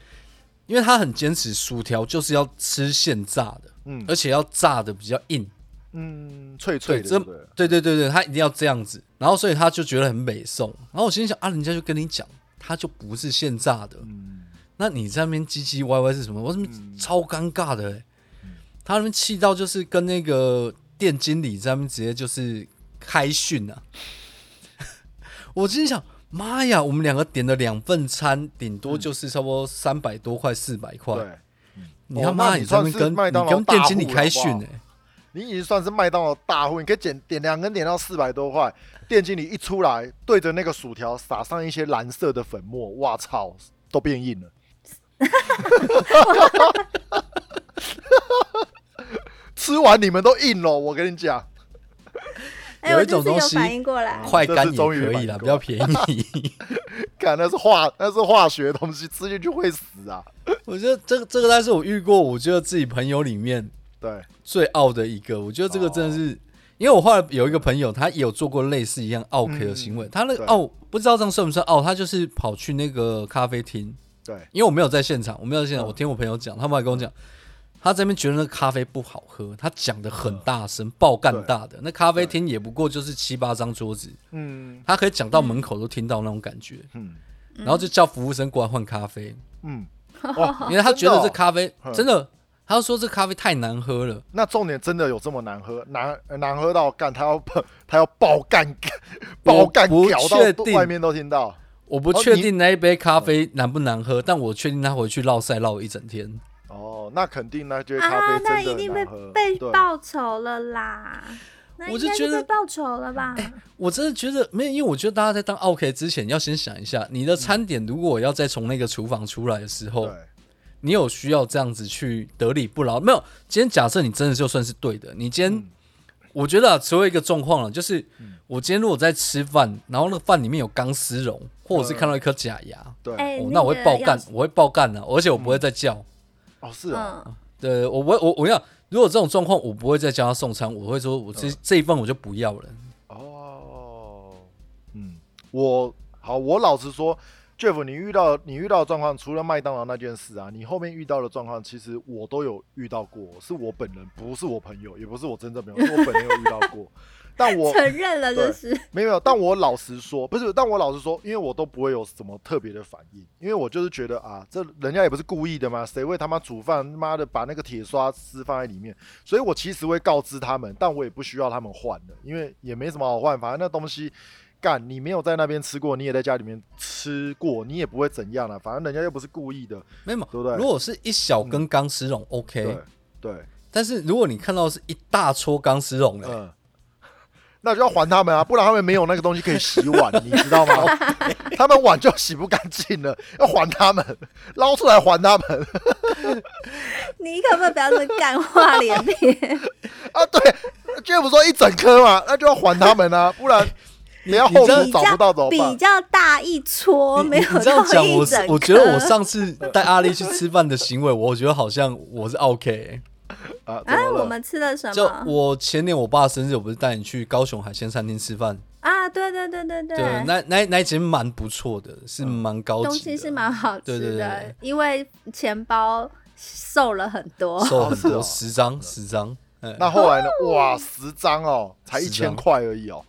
C: 因为他很坚持，薯条就是要吃现炸的，
A: 嗯
C: 而且要炸的比较硬，
A: 嗯，脆脆的，
C: 这
A: 对不对，
C: 对对对对，他一定要这样子，然后所以他就觉得很美颂，然后我心里想啊，人家就跟你讲，他就不是现炸的，
A: 嗯，
C: 那你在那边唧唧歪歪是什么？我怎么超尴尬的、欸？
A: 嗯
C: 他那边气到就是跟那个店经理在那边直接就是开训啊！ <laughs> 我心想，妈呀，我们两个点了两份餐，顶多就是差不多三百多块、四百块。
A: 嗯对，
C: 你他
A: 哦
C: 妈
A: 那
C: 你
A: 你
C: 在那
A: 算
C: 边
A: 是
C: 跟
A: 麦当
C: 你
A: 劳
C: 跟
A: 大
C: 店经理
A: 户
C: 开
A: 了好不
C: 训
A: 好
C: 哎、
A: 你已经算是麦当劳大户，你可以点点两根点到四百多块，店经理一出来，对着那个薯条撒上一些蓝色的粉末，哇操，都变硬了。吃完你们都硬了，我跟你讲，
B: 哎、
C: 有
B: 我
C: 一种
B: 这次有
C: 东西哦
B: 反应过来，
C: 快
A: 嗯
C: 干
A: 这次
C: 也
A: 终于
C: 可
A: 满
C: 以啦，
A: 足
C: 比较便宜。
A: <laughs> 看那是化那是化学东西，吃进去会死啊。
C: 我觉得这个这个，但是我遇过，我觉得自己朋友里面
A: 对，
C: 最傲的一个，我觉得这个真的
A: 哦
C: 是，因为我后来有一个朋友，他也有做过类似一样傲 K 的行为，他那个
A: 嗯对
C: 傲不知道这样算不算傲，他就是跑去那个咖啡厅，
A: 对，
C: 因为我没有在现场，我没有
A: 嗯
C: 在现场，我听我朋友讲，他们还跟我讲，他这边觉得那个咖啡不好喝，他讲的很大声，爆干大的，那咖啡厅也不过就是七八张桌子，
A: 嗯
C: 他可以讲到门口都听到那种感觉，
A: 嗯
C: 然后就叫服务生过来换咖啡，
A: 嗯，哦，
C: 因为他觉
A: 真的
C: 得
A: 哦
C: 这咖啡
A: 嗯
C: 真的，他说这咖啡太难喝了。
A: 那重点真的有这么难喝，难呃难喝到干他要爆他要爆干爆干
C: 我不
A: 屌
C: 确
A: 到
C: 定
A: 外面都听到。
C: 我不确定那一杯咖啡难不难喝，但我确定他回去绕赛绕一整天。
A: 哦，那肯定那这些咖
B: 啊，
A: 啡
B: 那
A: 真的
B: 一定被
A: 很难喝
B: 被
A: 对
B: 报仇了啦。那
C: 我
B: 应
C: 就
B: 该
C: 觉
B: 是
C: 得哎
B: 被报仇了吧？
C: 我真的觉得没有，因为我觉得大家在当 OK 之前，要先想一下，你的餐点如果要再从那个厨房出来的时候，
A: 对，
C: 你有需要这样子去得理不饶。没有，今天假设你真的就算是对的，你今天、我觉得、啊、只有一个状况了，就是我今天如果在吃饭，然后那个饭里面有钢丝绒，或者是看到一颗假牙，
A: 对，
B: 哎、
C: 哦，
B: 个
C: 那我会爆
B: 要
C: 干啊
B: 是，
C: 我会爆干的、而且我不会再叫。
A: 哦是啊，
B: 嗯，
C: 对，我不会，我我要如果这种状况，我不会再叫他送餐，我会说我这、
A: 嗯
C: 这一份我就不要了。
B: 嗯
A: 哦，嗯，我好，我老实说，Jeff，你遇到你遇到的状况，除了麦当劳那件事啊，你后面遇到的状况，其实我都有遇到过，是我本人，不是我朋友，也不是我真正朋友，是我本人有遇到过。
B: <laughs>
A: 但我
B: 承认了，这
A: 对
B: 是
A: 没有，没有但我老实说，不是，但我老实说，因为我都不会有什么特别的反应，因为我就是觉得啊，这人家也不是故意的嘛，谁会他妈煮饭，妈的把那个铁刷丝放在里面，所以我其实会告知他们，但我也不需要他们换的，因为也没什么好换，反正那东西。干，你没有在那边吃过，你也在家里面吃过，你也不会怎样了、啊反正人家又不是故意的，
C: 没有嘛，
A: 对不对嗯
C: 如果是一小根钢丝绒，OK，
A: 对对，
C: 但是如果你看到是一大撮钢丝绒嘞，
A: 嗯， <laughs> 那就要还他们啊，不然他们没有那个东西可以洗碗，你知道吗？他们碗就洗不干净了，要还他们， <laughs> 捞出来还他们
B: <laughs> 你可不可以不要这么干话连篇？
A: 啊！对，就不说一整颗嘛，那就要还他们啊，不然你要后
C: 你知道
A: 厨 <laughs>
B: 比
A: 找
B: 较
A: 不到怎么
B: 比
A: 办？
B: 较大一撮，
C: 你
B: 哦没有
C: 你这样
B: 到
C: 讲，
B: 一
C: 我是
B: 整
C: 我觉得
B: 颗
C: 我上次带阿丽去吃饭的行为，我觉得好像我是 OK
B: <laughs>
C: 欸、
A: 啊，怎
B: 啊，
A: 么
B: 我
A: 了？
B: 们吃了什
C: 就
B: 么
C: 我前年我爸生日，我不是带你去高雄海鲜餐厅吃饭？
B: 啊？对对对对对
C: 对，那那那一间蛮不错的，
A: 嗯
C: 是蛮高级的，
B: 东西是蛮好吃的，
C: 对对对对
B: 因为钱包瘦了很
C: <laughs>
B: 多。
C: 收很
A: 哦是哦
C: 多，十张十张。哎
A: 那后来呢？哇，十张哦，才一
C: 十
A: 千
C: 张
A: 块而已哦。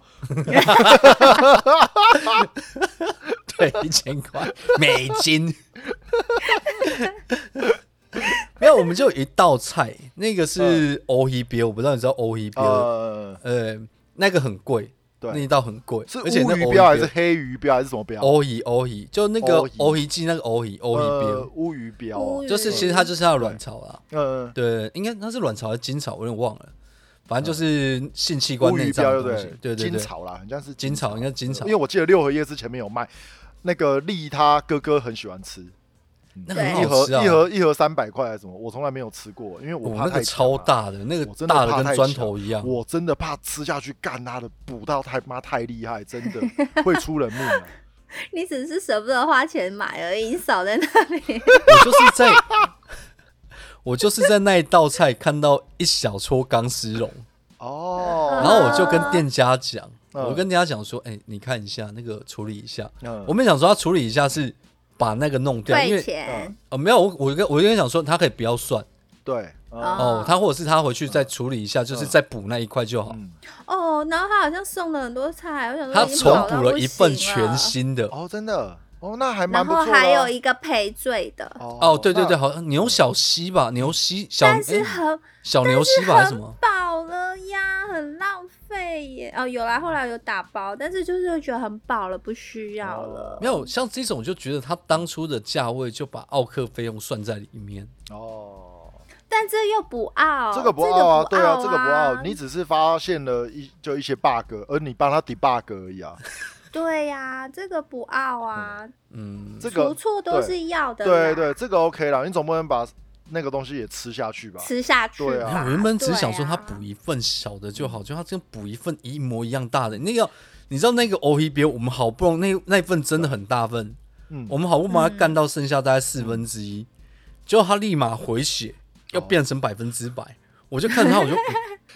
C: 对，一千块美金。没有，我们就有一道菜，那个是 O H B，我不知道你知道 O H B，
A: 嗯呃，
C: 呃，那个很贵，
A: 对
C: 那一道很贵，
A: 是
C: 而且
A: 乌
C: 那
A: 鱼
C: O
A: 标还是黑鱼标还是什么标？
C: O H O H，就那个
A: Ohi
C: O H 记那个 O H O
A: 呃
C: H，
A: 乌鱼标
B: 乌
A: 哦
B: 鱼，
C: B，就是其实它就是它的卵巢啦，
A: 呃，
C: 对，应该它是卵巢还是精巢，我有点忘了，反正就是性器
A: 嗯
C: 官
A: 乌
C: 内
A: 鱼
C: 脏
A: 标
C: 的
A: 对
C: 东
A: 不
C: 西，对对
A: 金
C: 对，
A: 草啦，好像是
C: 金巢应该金巢
A: 因为，我记得六合夜市前面有卖，那个丽他哥哥很喜欢吃，
C: 那
B: 对
A: 一
C: 很好
A: 盒
C: 吃啊，
A: 一盒一盒三百块还是什么，我从来没有吃过，因为我
C: 哦
A: 怕
C: 那
A: 太
C: 个
A: 强
C: 超
A: 啊，
C: 大的，那个
A: 我真的
C: 大的
A: 怕
C: 跟
A: 太
C: 砖
A: 强
C: 头一样。
A: 我真的怕吃下去干他的补到太妈太厉害，真
C: <laughs>
A: 的会出人命啊！
B: 你只是舍不得花钱买而已，你少在那里。
C: 我就是在，我就是在那一道菜看到一小撮钢丝绒，然
A: 哦，
C: 后我就跟店家讲，
A: 嗯
C: 我跟店家讲说，哎、你看一下那个处理一下。
A: 嗯
C: 我们想说他处理一下是把那个弄掉，因
B: 退
C: 为
B: 钱，
C: 呃没有，我我跟我跟想说他可以不要算
A: 对，嗯
B: 哦
C: 哦，他或者是他回去再处理一下，就是再补那一块就好。
A: 嗯，
B: 哦，然后他好像送了很多菜，我想说
C: 他
B: 已经
C: 重
B: 饱到
C: 补了
B: 嗯不
C: 一份
B: 行啊
C: 全
B: 了，
C: 新的。
A: 哦，真的，哦，那还蛮
B: 然
A: 不
B: 后
A: 错的啊。
B: 还有一个赔罪的，
A: 哦
C: 哦，对对对，
A: 那
C: 好像牛小溪吧，牛溪小
B: 但是
C: 哎
B: 很
C: 小牛溪吧还是什么
B: 很？饱了呀，很浪费耶。哦，有啦，后来有打包，但是就是觉得很饱了，不需要了。
C: 没有，像这种我就觉得他当初的价位就把奥克费用算在里面。
A: 哦。
B: 但这又不傲，
A: 这
B: 哦这
A: 个不傲啊，对
B: 啊，
A: 这个不傲，你只是发现了一就一些 bug，而你帮他 debug 而已啊。
B: 对呀、这个不傲啊，
C: 嗯，
A: 这
B: 出
A: 个
B: 错都是要的啦，
A: 对对，这个 OK 啦，你总不能把那个东西也吃下去吧？
B: 吃下去吧。
A: 对啊
C: 我原本只是想说他
B: 对啊
C: 补一份小的就好，就他真补一份一模一样大的。那个你知道那个 O P B，我们好不容易那那一份真的很大份，
A: 嗯
C: 我们好不容易把它干到剩下大概四分之一，结果他立马回
A: 哦
C: 血，要变成百分之百。我就看着
A: <laughs>
C: 他，我就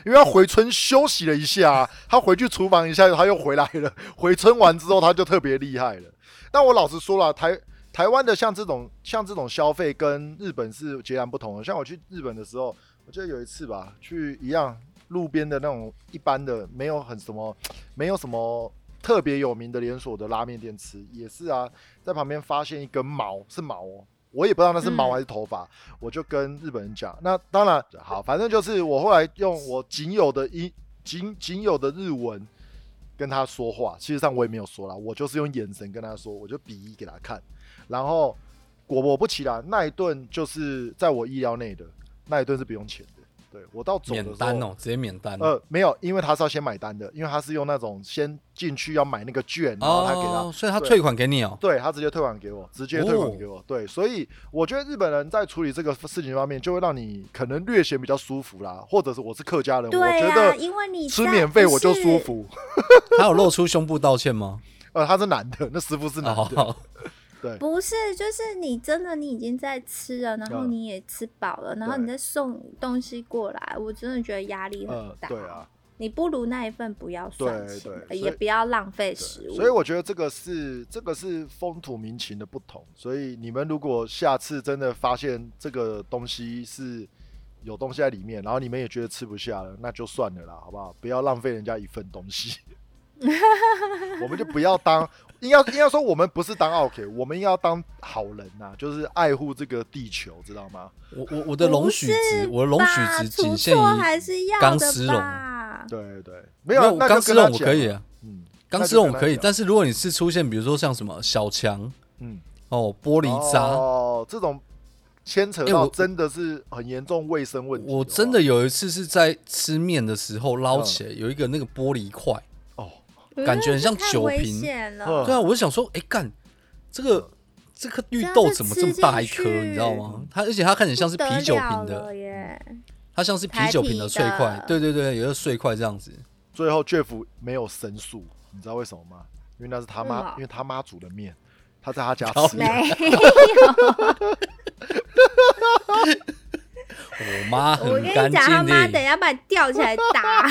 A: 因为他回村休息了一下啊、他回去厨房一下，他又回来了。回村完之后，他就特别厉害了。但我老实说了，台台湾的像这种像这种消费跟日本是截然不同的。像我去日本的时候，我记得有一次吧，去一样路边的那种一般的，没有很什么，没有什么特别有名的连锁的拉面店吃，也是啊，在旁边发现一根毛，是毛哦。我也不知道那是毛
B: 嗯
A: 还是头发，我就跟日本人讲。那当然好，反正就是我后来用我仅有的英仅仅有的日文跟他说话，其实上我也没有说啦，我就是用眼神跟他说，我就比一给他看，然后果果不其然，那一顿就是在我意料内的，那一顿是不用钱的。对我到走的时
C: 免
A: 候，
C: 单哦，直接免单。
A: 呃，没有，因为他是要先买单的，因为他是用那种先进去要买那个券，然后他给他，
C: 哦，所以他
A: 对
C: 退款给你
A: <laughs>
C: 哦。
A: 对他直接退还给我，直接退还给我。对，所以我觉得日本人在处理这个事情方面，就会让你可能略显比较舒服啦，或者是我是客家人，我
B: 对啊
A: 觉
B: 呀、
A: 得
B: 因为你
A: 吃
B: 在
A: 免费我就
B: 不是
A: 舒服。 <laughs>
C: 他有露出胸部道歉吗？
A: 呃，他是男的，那师傅是男的，
C: 哦，
A: 对
B: 不是，就是你真的你已经在吃了，然后
A: 嗯
B: 你也吃饱了，然后你
A: 对
B: 再送东西过来，我真的觉得压力很
A: 呃
B: 大。
A: 对啊，
B: 你不如那一份不要算
A: 对
B: 钱
A: 对
B: 了，
A: 所以
B: 也不要浪费食物。
A: 所以我觉得这个是这个是风土民情的不同，所以你们如果下次真的发现这个东西是有东西在里面，然后你们也觉得吃不下了，那就算了啦，好不好？不要浪费人家一份东西，我们就不要当。应该应该说，我们不是当 OK，我们应该要当好人呐、就是爱护这个地球，知道吗？
C: 我我我的容许值，我的容许值仅限
B: 吧除错还
C: 于
B: 是要
C: 钢丝
B: 的
C: 绒
B: 吧？
A: 对对，没有，啊那就
C: 钢丝
A: 跟他
C: 绒我可以
A: 讲，
C: 啊，
A: 嗯，
C: 钢
A: 那
C: 丝
A: 就
C: 绒我
A: 跟他
C: 可以，
A: 讲
C: 但是如果你是出现比如说像什么小强
A: 嗯，
C: 哦、玻璃渣，
A: 哦，这种牵扯
C: 哎
A: 到
C: 我
A: 真的是很严重卫生问题哦话。
C: 我真的有一次是在吃面的时候捞起来
A: 嗯
C: 有一个那个玻璃块，
A: 哦，
C: 感觉很像
B: 嗯太
C: 酒
B: 危
C: 瓶
B: 险了
A: 嗯
C: 对啊，我就想说，哎干，这个这颗绿豆怎么这么大一颗，
B: 这样就吃进去
C: 你知道吗？它而且它看起来像是
B: 不得
C: 啤酒瓶
B: 了了
C: 的，嗯
B: 耶，
C: 它像是啤酒瓶的碎块
B: 台啤的，
C: 对对对，有一个碎块这样子。
A: 最后 Jeff 没有申诉，你知道为什么吗？因为那是他
B: 为什
A: 妈
B: 么，
A: 因为他妈煮的面，他在他家
C: 靠
A: 吃的。
B: 没
C: <laughs> 我妈
B: 我
C: 很
B: 跟你
C: 干
B: 讲，他
C: 净
B: 妈
C: 的
B: 等一，下把你吊起来打。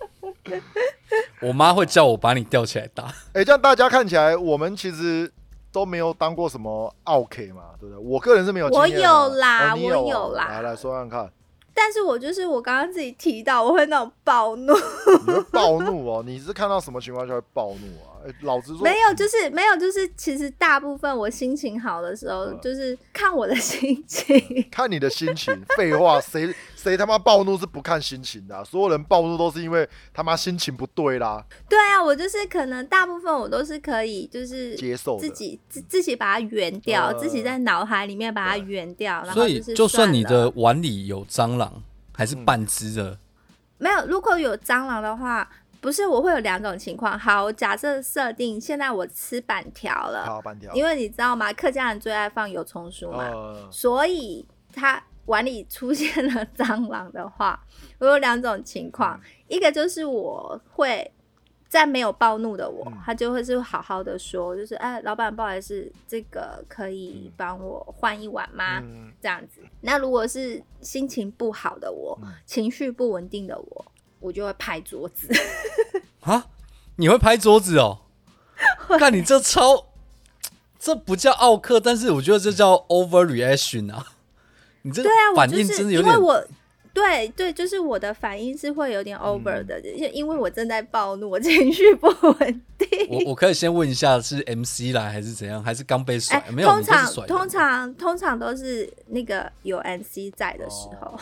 B: <laughs>
C: 我妈会叫我把你吊起来打。
A: 哎、这样大家看起来，我们其实都没有当过什么 OK 嘛，对不对？我个人是没有经验的
B: 我有啦
A: 哦你
B: 我
A: 有
B: 有
A: 哦
B: 啦
A: 来来说看看，
B: 但是我就是我刚刚自己提到，我会那种暴怒，
A: 你会暴怒哦，你是看到什么情况下会暴怒啊？哎老子说
B: 没有，就是没有，就是其实大部分我心情好的时候，
A: 嗯
B: 就是看我的 <laughs> 心情。
A: 看你的心情。废
B: <laughs>
A: 话，谁谁他妈暴怒是不看心情的啊、所有人暴怒都是因为他妈心情不对啦。
B: 对啊，我就是可能大部分我都是可以，就是
A: 接受的
B: 自己自自己把它圆掉，
A: 呃
B: 自己在脑海里面把它圆掉，然后
C: 所以
B: 是
C: 就算你
B: 算了
C: 的碗里有蟑螂，
A: 嗯
C: 还是半只的，
B: 没有，如果有蟑螂的话。不是，我会有两种情况。好，我假设设定现在我吃板条了，
A: 好，半条。
B: 啊因为你知道吗？客家人最爱放油葱酥嘛，
A: 呃，
B: 所以它碗里出现了 <laughs> 蟑螂的话，我有两种情
A: 嗯
B: 况，一个就是我会在没有暴怒的我，
A: 嗯
B: 他就会是好好的说，就是哎，老板不好意思，这个可以
A: 嗯
B: 帮我换一碗吗？
A: 嗯
B: 这样子。那如果是心情不好的我，
A: 嗯
B: 情绪不稳定的我。我就会拍桌子，
C: 啊，你会拍桌子
B: <laughs>
C: 哦？看你这超，这不叫奥克，但是我觉得这叫 overreaction 啊！你这
B: 对啊，我
C: 反
B: 就
C: 应
B: 是
C: 真的有
B: 因
C: 点
B: 为我对对，就是我的反应是会有点
C: 嗯
B: over 的，因、因为我正在暴怒，我 <laughs> 情绪不稳定。
C: 我我可以先问一下，是 MC 来还是怎样？还是刚被甩？
B: 哎，
C: 没有，
B: 通
C: 你就是
B: 常
C: 甩的
B: 通常通常都是那个有 NC 在的时
C: 哦
B: 候，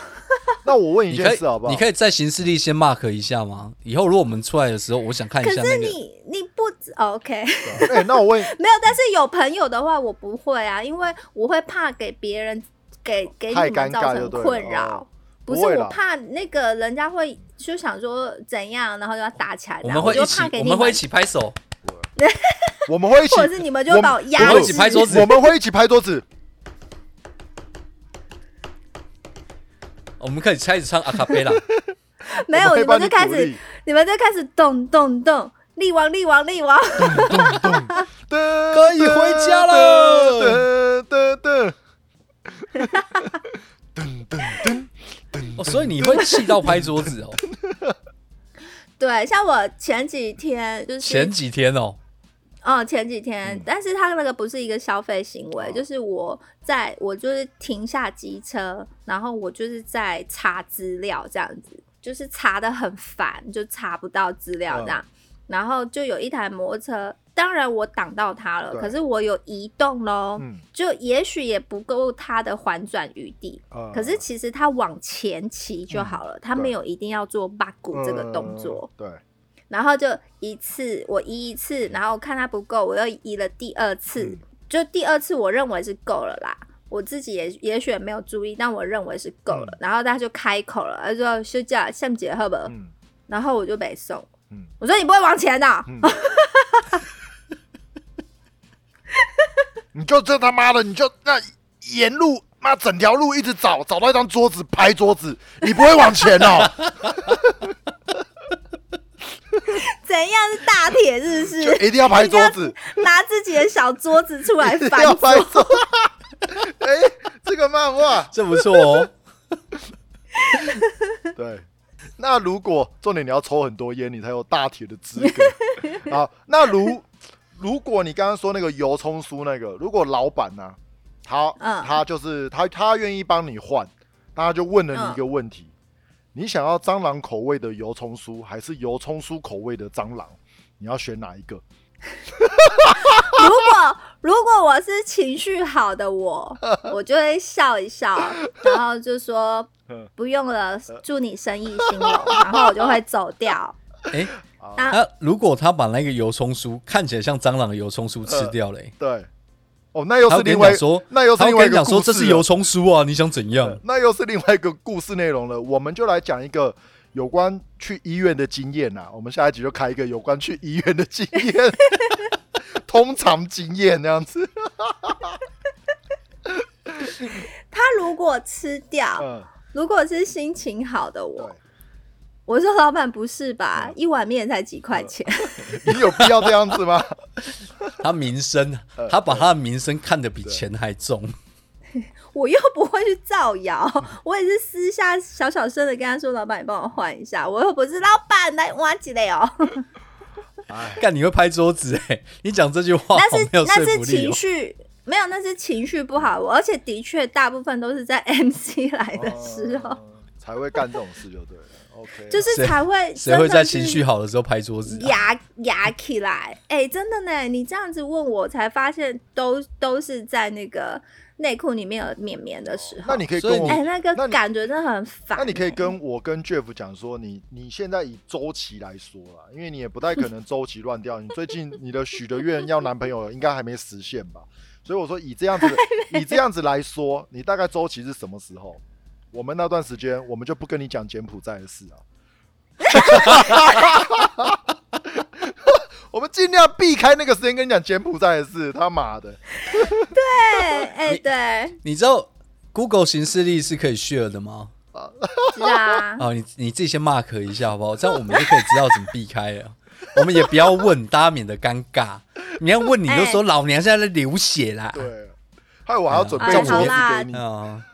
A: 那我问一
C: 你可
A: 件
C: 以
A: 事好不好？
C: 你可以在行事历先 mark 一下吗？以后如果我们出来的时候，我想看一
B: 可
C: 下那
B: 是
C: 个。
B: 你你不知哦 OK <laughs>
A: 哎、那我问，
B: 没有，但是有朋友的话我不会啊，因为我会怕给别人给给
A: 太
B: 你
A: 尴
B: 们造
A: 尬就
B: 成
A: 对了
B: 困扰
A: 哦。
B: 不
A: 不
B: 是
A: 会
B: 我
A: 啦
B: 怕那个人家会就想说怎样，然后就要打起来这
C: 我
B: 样，
C: 们会
B: 就
C: 一起
B: 怕，给
C: 我
B: 你
C: 们会一，起拍手。
A: 我们会一起，
B: 或者是你们就
A: 我
B: 把我压
C: 我们
B: 制，
C: 一起拍桌子
A: 我们会一起拍桌子。
C: 我们可以开始唱阿卡贝拉。
B: <laughs> <laughs> 没
A: 我们
B: 有，你
A: 会
B: 们就开
A: 帮你鼓
B: 始
A: 励，
B: 你们就开始动动动，力王力王力王， <laughs>
A: 可
C: 以回家了。
A: <laughs> 噔噔噔噔噔噔，
C: 哦，所以你会气到拍桌
A: <laughs>
C: 子哦。
B: 对，像我前几天就是
C: 前几天哦，
B: 哦，前几天，
A: 嗯
B: 但是他那个不是一个消费行为，
A: 哦
B: 就是我在我就是停下机车，然后我就是在查资料这样子，就是查的很烦，就查不到资料这样，
A: 嗯
B: 然后就有一台摩托车，当然我挡到他了，
A: 对
B: 可是我有移动喽，
A: 嗯
B: 就也许也不够他的缓转余地。
A: 啊
B: 可是其实他往前骑就好了，他没有一定要做八股这个动作。
A: 嗯
B: 然后就一次我移一次，然后看它不够，我又移了第二次，
A: 嗯
B: 就第二次我认为是够了啦。我自己也也许也没有注意，但我认为是够了。
A: 嗯
B: 然后他就开口了，他说休假向杰赫吧
A: 对，，嗯
B: 然后我就被送。
A: 嗯
B: 我说你不会往前的、
A: 嗯，你就这他妈的，你就那沿路妈整条路一直找，找到一张桌子拍 <laughs> 桌子，你不会往前哦。
B: 怎怎样是大铁，是 <laughs>
A: <laughs>
B: 不？
A: 就是一定要拍桌子，
B: 拿自己的小桌子出
A: <laughs>
B: 来
A: 一定
B: 翻
A: 要拍
B: 桌，
A: 桌。 <laughs> 哎、这个漫画，
C: 这不错 <laughs> 哦。
A: 对。那如果重点你要抽很多烟，你才有大铁的资格好，那如如果你刚刚说那个油葱酥那个，如果老板呢、他、
B: 嗯
A: 他就是他他愿意帮你换，那他就问了你一个问题：你想要蟑螂口味的油葱酥，还是油葱酥口味的蟑螂？你要选哪一个？
B: 如果如果我是情绪好
A: <laughs>
B: 的我，我就会笑一笑，然后就说
A: <laughs> 嗯
B: 不用了，祝你生意兴隆，然后我就会走
A: <laughs>
B: 掉。
C: 哎、
B: 啊
C: 那如果他把那个油葱酥看起来像蟑螂的油葱酥吃掉嘞、
A: 对，哦，那又
C: 他
A: 是
C: 会跟
A: 另
C: 你
A: 外
C: 讲说，
A: 那又是
C: 他会
A: 另外
C: 跟
A: 一
C: 你
A: 个
C: 讲
A: 故
C: 说
A: 事
C: 这
A: 了嗯
C: 是油葱酥啊，你想怎样？
A: 那又是另外一个故事内容了。我们就来讲一个有关去医院的经验呐、我们下一集就开一个有关去医院的经验，通常经验那样子。
B: 他如果吃掉，
A: 嗯，
B: 如果是心情好的我
A: 对，，嗯
B: 我说老板不是吧？一碗面才几块钱，
A: 你有必要这样子吗？
C: 他名声，啊
A: 嗯
C: 他把他的名声看得比钱还重。
B: <laughs> 我又不会去造谣， <laughs> 我也是私下小小声的跟他说，老板你帮我换一下，我又不是老板来挖几类哦。
A: 哎，
C: 干，你会拍桌子哎、你讲这句话好
B: 那是
C: 没有
B: 那
C: 说
B: 是
C: 服力
B: 情
C: 哦。
B: 绪没有，那是情绪不好，而且的确大部分都是在 <laughs> MC 来的
C: 哦
B: 时候，
A: 嗯才会干这种事就对了。OK，
B: 哦就是
C: 谁
B: 才会
C: 谁会
B: 真的
C: 在
B: 是
C: 情绪好的时候拍桌子、啊？
B: 压压起来？哎、真的呢，你这样子问我才发现都，都是在那个内裤里面有绵绵的时候
A: 那。你可以
C: 所以
A: 跟我
C: 哦你
B: 哎、那个
A: 那你
B: 感觉真的很烦、
A: 那你可以
B: 哎
A: 跟我跟 Jeff 讲说你，你现在以周期来说啦，因为你也不太可能周期乱
C: <laughs>
A: 掉。你最近你的许的愿要男朋友应该还没实现吧？所以我说以这
C: <laughs>
A: 样子以这样子来说，你大概周期是什么时候？我们那段时间我们就不跟你讲柬埔寨的事啊， <laughs> 我们尽量避开那个时间跟你讲柬埔寨的事。他妈的，
B: 对，哎、
C: 你
B: 对，
C: 你知道 Google 形式力是可以 share 的吗？
B: 是啊，
C: 哦，你你自己先 mark 一下好不好？这样我们就可以知道怎么避开了。 <laughs> 我们也不要问，大家免得尴尬。你要问，你就说老娘现在在流血啦。
A: 对，害我还要准备
C: 哎
A: 桌
C: 好
A: 子
B: 啦
A: 给你。
C: 啊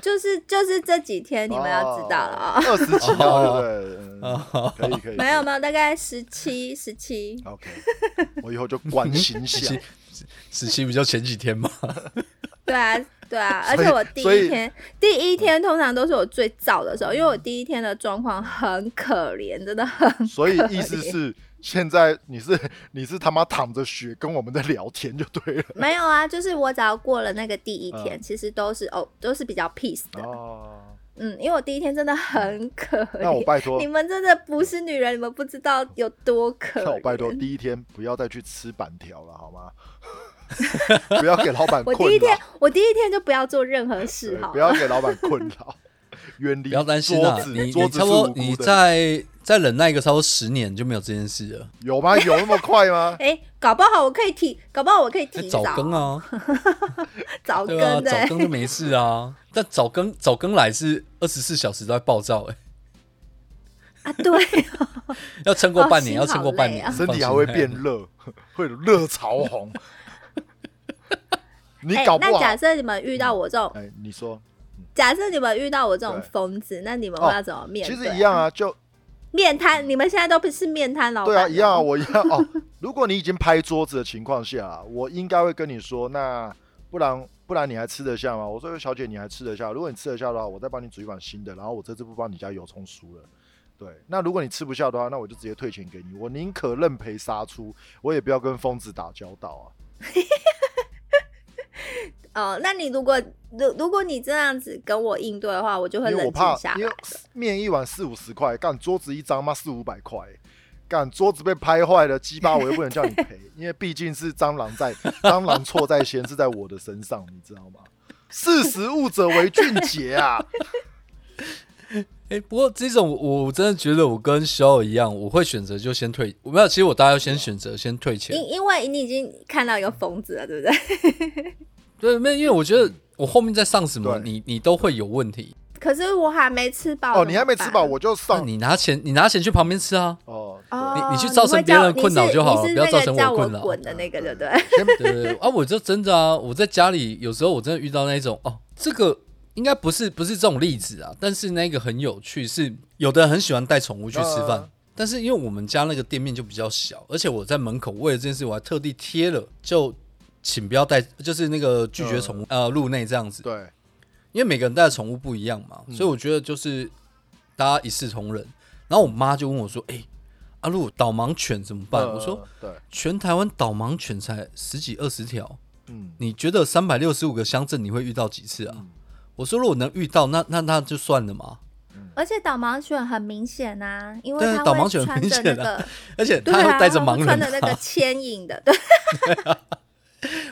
B: 就是就是这几天你们要知道了
A: 哦
B: 啊、<laughs>
A: 二十几号
C: 哦
A: 对不对？
C: 啊！
A: 可以可以，
B: 没有没有，大概十七十七，
A: OK，我以后就关心
C: <laughs>
A: 想，
C: 十七不就前
A: <laughs>
C: 几天吗？
B: <laughs> 对啊，对啊，而
A: 所以
B: 且我第
A: 所以
B: 一天，第一天通常都是我最燥的时候，因为我第一天的状况很可怜，真
A: <laughs>
B: 的很
A: 所以意思是现在你是你是他妈躺着学跟我们在聊天就对了。
B: 没有啊。就是我只要过了那个第一天，
A: 嗯
B: 其实都是哦，都是比较 peace 的，
A: 哦，
B: 嗯，因为我第一天真的很可
A: <laughs> 那我
B: 怜。
A: 拜托
B: 你，们真的不是女人，你们不知道有多
A: <laughs>
B: 可
A: 那我
B: 怜。
A: 拜托，第一天不要再去吃板条了，好吗？ <laughs> 不要给老板
B: 我
A: 困
B: 第
A: 扰，
B: 一天，我第一天就不要做任何事
A: 对
B: 好
A: 不
B: 了。
A: 要给老板困扰，远离
C: 不要担心
A: 桌
C: 啊，
A: 子，
C: 你
A: 桌
C: 你
A: 子
C: 差不多
A: 是无辜
C: 你
A: 的
C: 再再忍耐个差不多十年就没有这件事了。
A: 有吗？有那么快吗？
B: 哎、搞不好我可以提，搞不好我可以提
C: 早
B: 早
C: 更啊，
B: 早更欸
C: 对啊，
B: 对
C: 早更就没事啊。 <laughs> 但早更早更来是二十四小时都在暴躁哎，
B: 啊，对，
C: 要撑过半年，
B: 哦
C: 要撑过半年
B: 心，
A: 身体还
C: 放心
A: 会变
B: <laughs>
A: 热，会有热潮红。 <laughs> 你
B: 哎，
A: 搞不
B: 那
A: 好，
B: 假设你们遇到我这种
A: 哎，你说，
B: 假设你们遇到我这种
A: 对哦
B: 疯子，那你们会要怎么面
A: 其
B: 对？
A: 实一样啊，就
B: 面摊，你们现在都不是面摊老板
A: 对
B: 了，
A: 啊，一样啊，我一样哦。如果你已经拍桌子的情况下啊，我应该会跟你说，那不然不然你还吃得下吗？我说小姐你还吃得下？如果你吃得下的话，我再帮你煮一碗新的，然后我这次不帮你加油葱酥了。对，那如果你吃不下的话，那我就直接退钱给你，我宁可认赔杀出，我也不要跟疯子打交道啊。
B: 哦，那你如果如如果你这样子跟我应对的话，我就会
A: 因为我
B: 冷
A: 怕
B: 静下，
A: 因
B: 来
A: 为。面一碗四五十块，干桌子一张嘛四五百块，干桌子被拍坏了，鸡巴我又不能叫你
B: <laughs>
A: 赔，因为毕竟是蟑螂在，蟑螂错在先，是在我的身上，你知道吗？识时务者为俊杰
B: <laughs>
A: 啊！
C: 哎、不过这种我我真的觉得我跟肖尔一样，我会选择就先退。我没有，其实我大家要先选择先退钱
B: 因。因为你已经看到一个疯子了，对 <laughs> 不对？
C: 对，没有，因为我觉得我后面再上什么，
A: 对
C: 你你都会有问题。
B: 可是我还没吃饱
A: 哦，你还没吃饱，
B: 怎么
A: 我就
C: 那
A: 上
C: 你拿钱，你拿钱去旁边吃啊。
A: 哦，对
B: 办哦，
C: 你你去造成别人的困扰就好了
B: 你是
C: 不要
B: 你是
C: 造成
B: 那个叫
C: 我
B: 我
C: 困扰
B: 滚的那个，对不对？
A: 嗯
C: 对对对啊，我就真的啊，我在家里有时候我真的遇到那一种哦，这个应该不是不是这种例子啊，但是那个很有趣，是有的人很喜欢带宠物去吃饭，
A: 嗯
C: 但是因为我们家那个店面就比较小，而且我在门口为了这件事我还特地贴了，就请不要带，就是那个拒绝宠物、呃入内这样
A: 嗯
C: 子，
A: 对，嗯
C: 因为每个人带的宠物不一样嘛，所以我觉得就是大家一视同仁。然后我妈就问我说：“哎、阿路导盲犬怎么办？”
A: 嗯
C: 我说
A: 嗯：“对，
C: 全台湾导盲犬才十几二十条，
A: 嗯，
C: 你觉得三百六十五个乡镇你会遇到几次啊？我说如果能遇到，那那那就算了嘛。
B: 而且导盲犬很明显啊，因为
C: 对
B: 它
C: 导盲
B: 会
C: 犬
B: 穿
C: 明
B: 着那
C: 显啊
B: 个，
C: 而且
B: 对
C: 他
B: 啊，
C: 还带着
B: 它
C: 盲
B: 会穿的那
C: 人、
B: 个
C: <laughs> 啊，
B: 牵引的，对，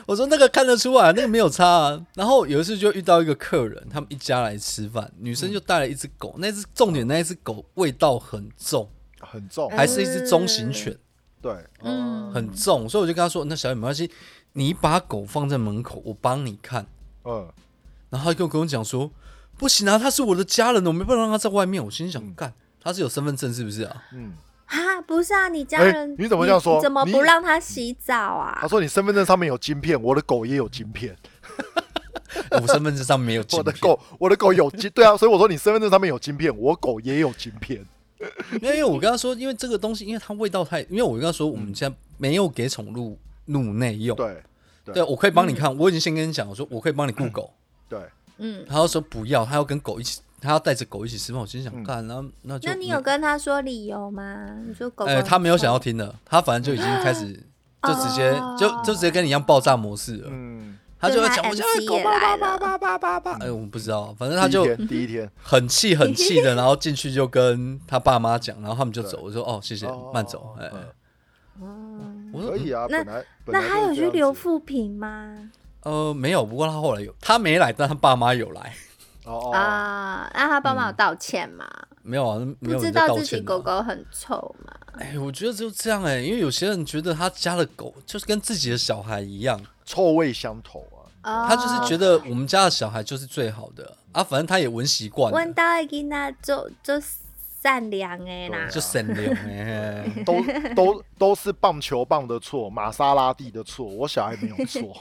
C: 我说那个看得出来，那个没有差啊。然后有一次就遇到一个客人，他们一家来吃饭，女生就带了一只
B: 嗯
C: 狗，那只重点那一只狗味道很重，
A: 很重，
C: 还是一只中型犬，
A: 对，
B: 嗯
C: 很重，所以我就跟他说，那小野没关系，你把狗放在门口，我帮你看。
A: 嗯，
C: 然后他就跟我讲说，不行啊，他是我的家人，我没办法让他在外面。我心想，干、他是有身份证是不是啊？
A: 嗯，
B: 啊，不是啊，你家
A: 哎
B: 人
A: 你怎么这样说
B: 怎么
A: 你
B: 不让它洗澡啊
A: 他？说你身份证上面有晶片，我的狗也有晶片，
C: 我身份证上没有
A: 我
C: 晶
A: 的
C: 片，
A: 狗，我的狗有晶，对啊，所以我说你身份证上面有晶片，我狗也有晶片，
C: 没有，因为我跟他说，因为这个东西，因为它味道太，因为我跟他说，我们现在没有给宠物入内用。
A: 嗯对，对
C: 对，我可以帮你看，我已经先跟你讲，我说我可以帮你雇狗。
A: 对，
B: 嗯，
C: 他要说不要，他要跟狗一起，他要带着狗一起吃饭。我心
A: 嗯
C: 想，干、那那就
B: 那你有跟他说理由吗？你说狗狗
C: 哎、
B: 很
C: 他没有想要
B: 臭
C: 听的，他反正就已经开始，就直接、
B: 哦
C: 就就直接跟你一样爆炸模式了。
A: 嗯，
C: 他就会讲，
B: 对他
C: 我家
B: MC
C: 的狗
B: 也
C: 爸
B: 来
C: 爸
B: 了
C: 爸爸爸爸爸，哎，我不知道，反正他就
A: 第一天第一天，
C: 很气很
B: <laughs>
C: 气的，然后进去就跟他爸妈讲，然后他们就走。我说哦，谢谢
A: 哦，
C: 慢走。哎，
A: 嗯
B: 哦
C: 我
A: 可
C: 说
A: 以啊，
B: 那
A: 本来本
B: 那
A: 来
B: 他有
A: 就是这
B: 去
A: 样子
B: 留复评吗？
C: 呃没有，不过他后来有，他没来，但他爸妈有来。
A: 哦哦，
B: 啊，那他帮忙有道歉吗？
C: 没有啊，嗯没
B: 不
C: 有
B: 知
C: 人在
B: 道
C: 道
B: 自己
C: 歉。
B: 狗。狗很臭吗？
C: 哎，我觉得就这样哎，因为有些人觉得他家的狗就是跟自己的小孩一样，
A: 臭味相投啊，
B: 哦，
C: 他就是觉得我们家的小孩就是最好的啊，反正他也闻习惯
B: 问
C: 了，
B: 到一囡仔就就善良的啦，
C: 就省流哎。
A: 都都都是棒球棒的错，玛莎拉蒂的错，我小孩没有错，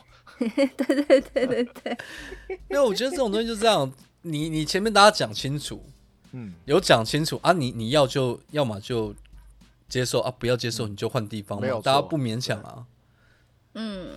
C: 因为我觉得这种东西就这样，你你前面大家讲清楚，
A: 嗯，
C: 有讲清楚啊，你你要就要么就接受啊，不要接受你就换地方
A: 没有
C: 嘛
A: 错，
C: 大家不勉强啊。
B: 嗯，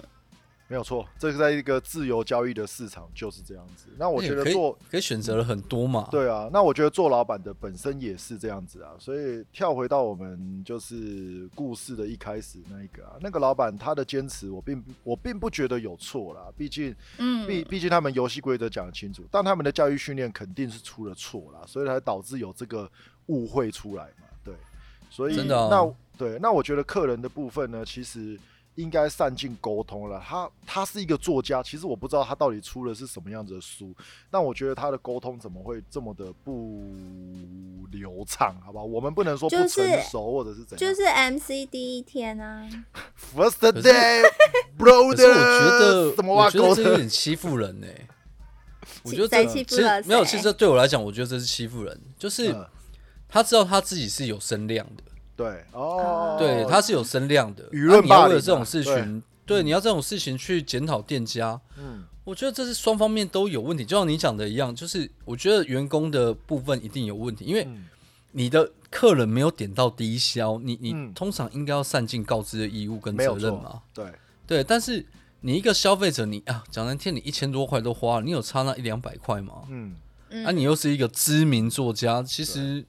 A: 没有错，这个在一个自由交易的市场就是这样子。那我觉
C: 那
A: 得
C: 也可以
A: 做
C: 可以选择了很多嘛，，
A: 对啊，那我觉得做老板的本身也是这样子啊，所以跳回到我们就是故事的一开始那一个啊，那个老板他的坚持，我并不我并不觉得有错啦，毕竟，
B: 嗯
A: 毕毕竟他们游戏规则讲得清楚，但他们的教育训练肯定是出了错啦，所以才导致有这个误会出来嘛，对，所以
C: 真的啊
A: 那对，那我觉得客人的部分呢，其实应该善尽沟通了。他他是一个作家，其实我不知道他到底出的是什么样子的书，但我觉得他的沟通怎么会这么的不流畅？好吧，我们不能说不
B: 就
A: 成
B: 是
A: 熟或者是怎样。
B: 就是 MC 第一天啊，
A: first
C: 是
A: day
C: 可是
A: brother，
C: 我觉得
A: 什么
C: 我
A: 挖
C: 觉得
A: 沟
C: 这有
A: 的？
C: 点欺负人呢、欸
B: <laughs>
C: 我觉
B: 谁
C: 得这
B: 欺负
C: 其实
B: 了
C: 没有，
B: 谁
C: 其实这对我来讲，我觉得这是欺负人，就是
A: 嗯
C: 他知道他自己是有声量的，
A: 对哦，
C: 对，他是有声量的，
A: 舆论
C: 啊你要
A: 霸
C: 为了
A: 凌
C: 这种
A: 啊
C: 事
A: 对
C: 情，对，你要这种事情去检讨店家，
A: 嗯
C: 我觉得这是双方面都有问题，就像你讲的一样，就是我觉得员工的部分一定有问题，因为
A: 嗯
C: 你的客人没有点到低消，你你
A: 嗯
C: 通常应该要善尽告知的义务跟
A: 没
C: 责
A: 有
C: 任
A: 错
C: 嘛，，
A: 对，
C: 对。但是你一个消费者，你啊讲难听，你一千多块都花了，你有差那一两百块吗？
A: 嗯。
B: 嗯
C: 啊，你又是一个知名作家，其实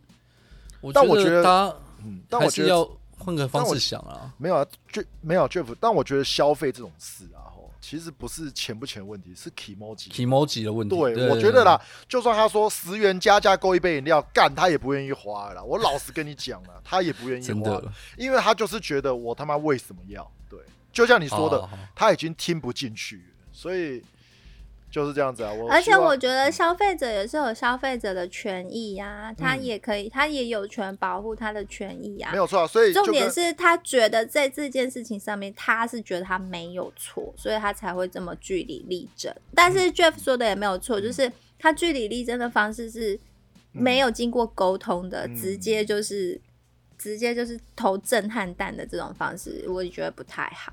C: 我
A: 但我觉
C: 得
A: 得
C: 大
A: 嗯，
C: 家
A: 但
C: 还
A: 我觉
C: 是
A: 得
C: 要换个方
A: 但我
C: 式想啊。
A: 没有啊，就没有 Jeff，但我觉得消费这种事啊，吼，其实不是钱不钱的问题，是 emoji。
C: emoji 的问题，
A: 对，我觉得啦，，就算他说十元加价购一杯饮料，干他也不愿意花了啦。我老实跟你讲了，他也不愿意
C: 真
A: 花
C: 的
A: 了，因为他就是觉得我他妈为什么要？对，就像你说的，
C: 好好好
A: 他已经听不进去了，所以就是这样子啊。我
B: 而
A: 希
B: 且
A: 望
B: 我觉得消费者也是有消费者的权益呀、他也可以，他也有权保护他的权益呀、
A: 嗯没有错、啊，所以就
B: 重点
A: 跟
B: 是他觉得在这件事情上面，他是觉得他
A: 嗯
B: 没有错，所以他才会这么据理力争。但是 Jeff 说的也没有错，就是他据理力争的方式是没有经过沟通的，
A: 嗯
B: 直接就是直接就是投震撼弹的这种方式，我也觉得不太好。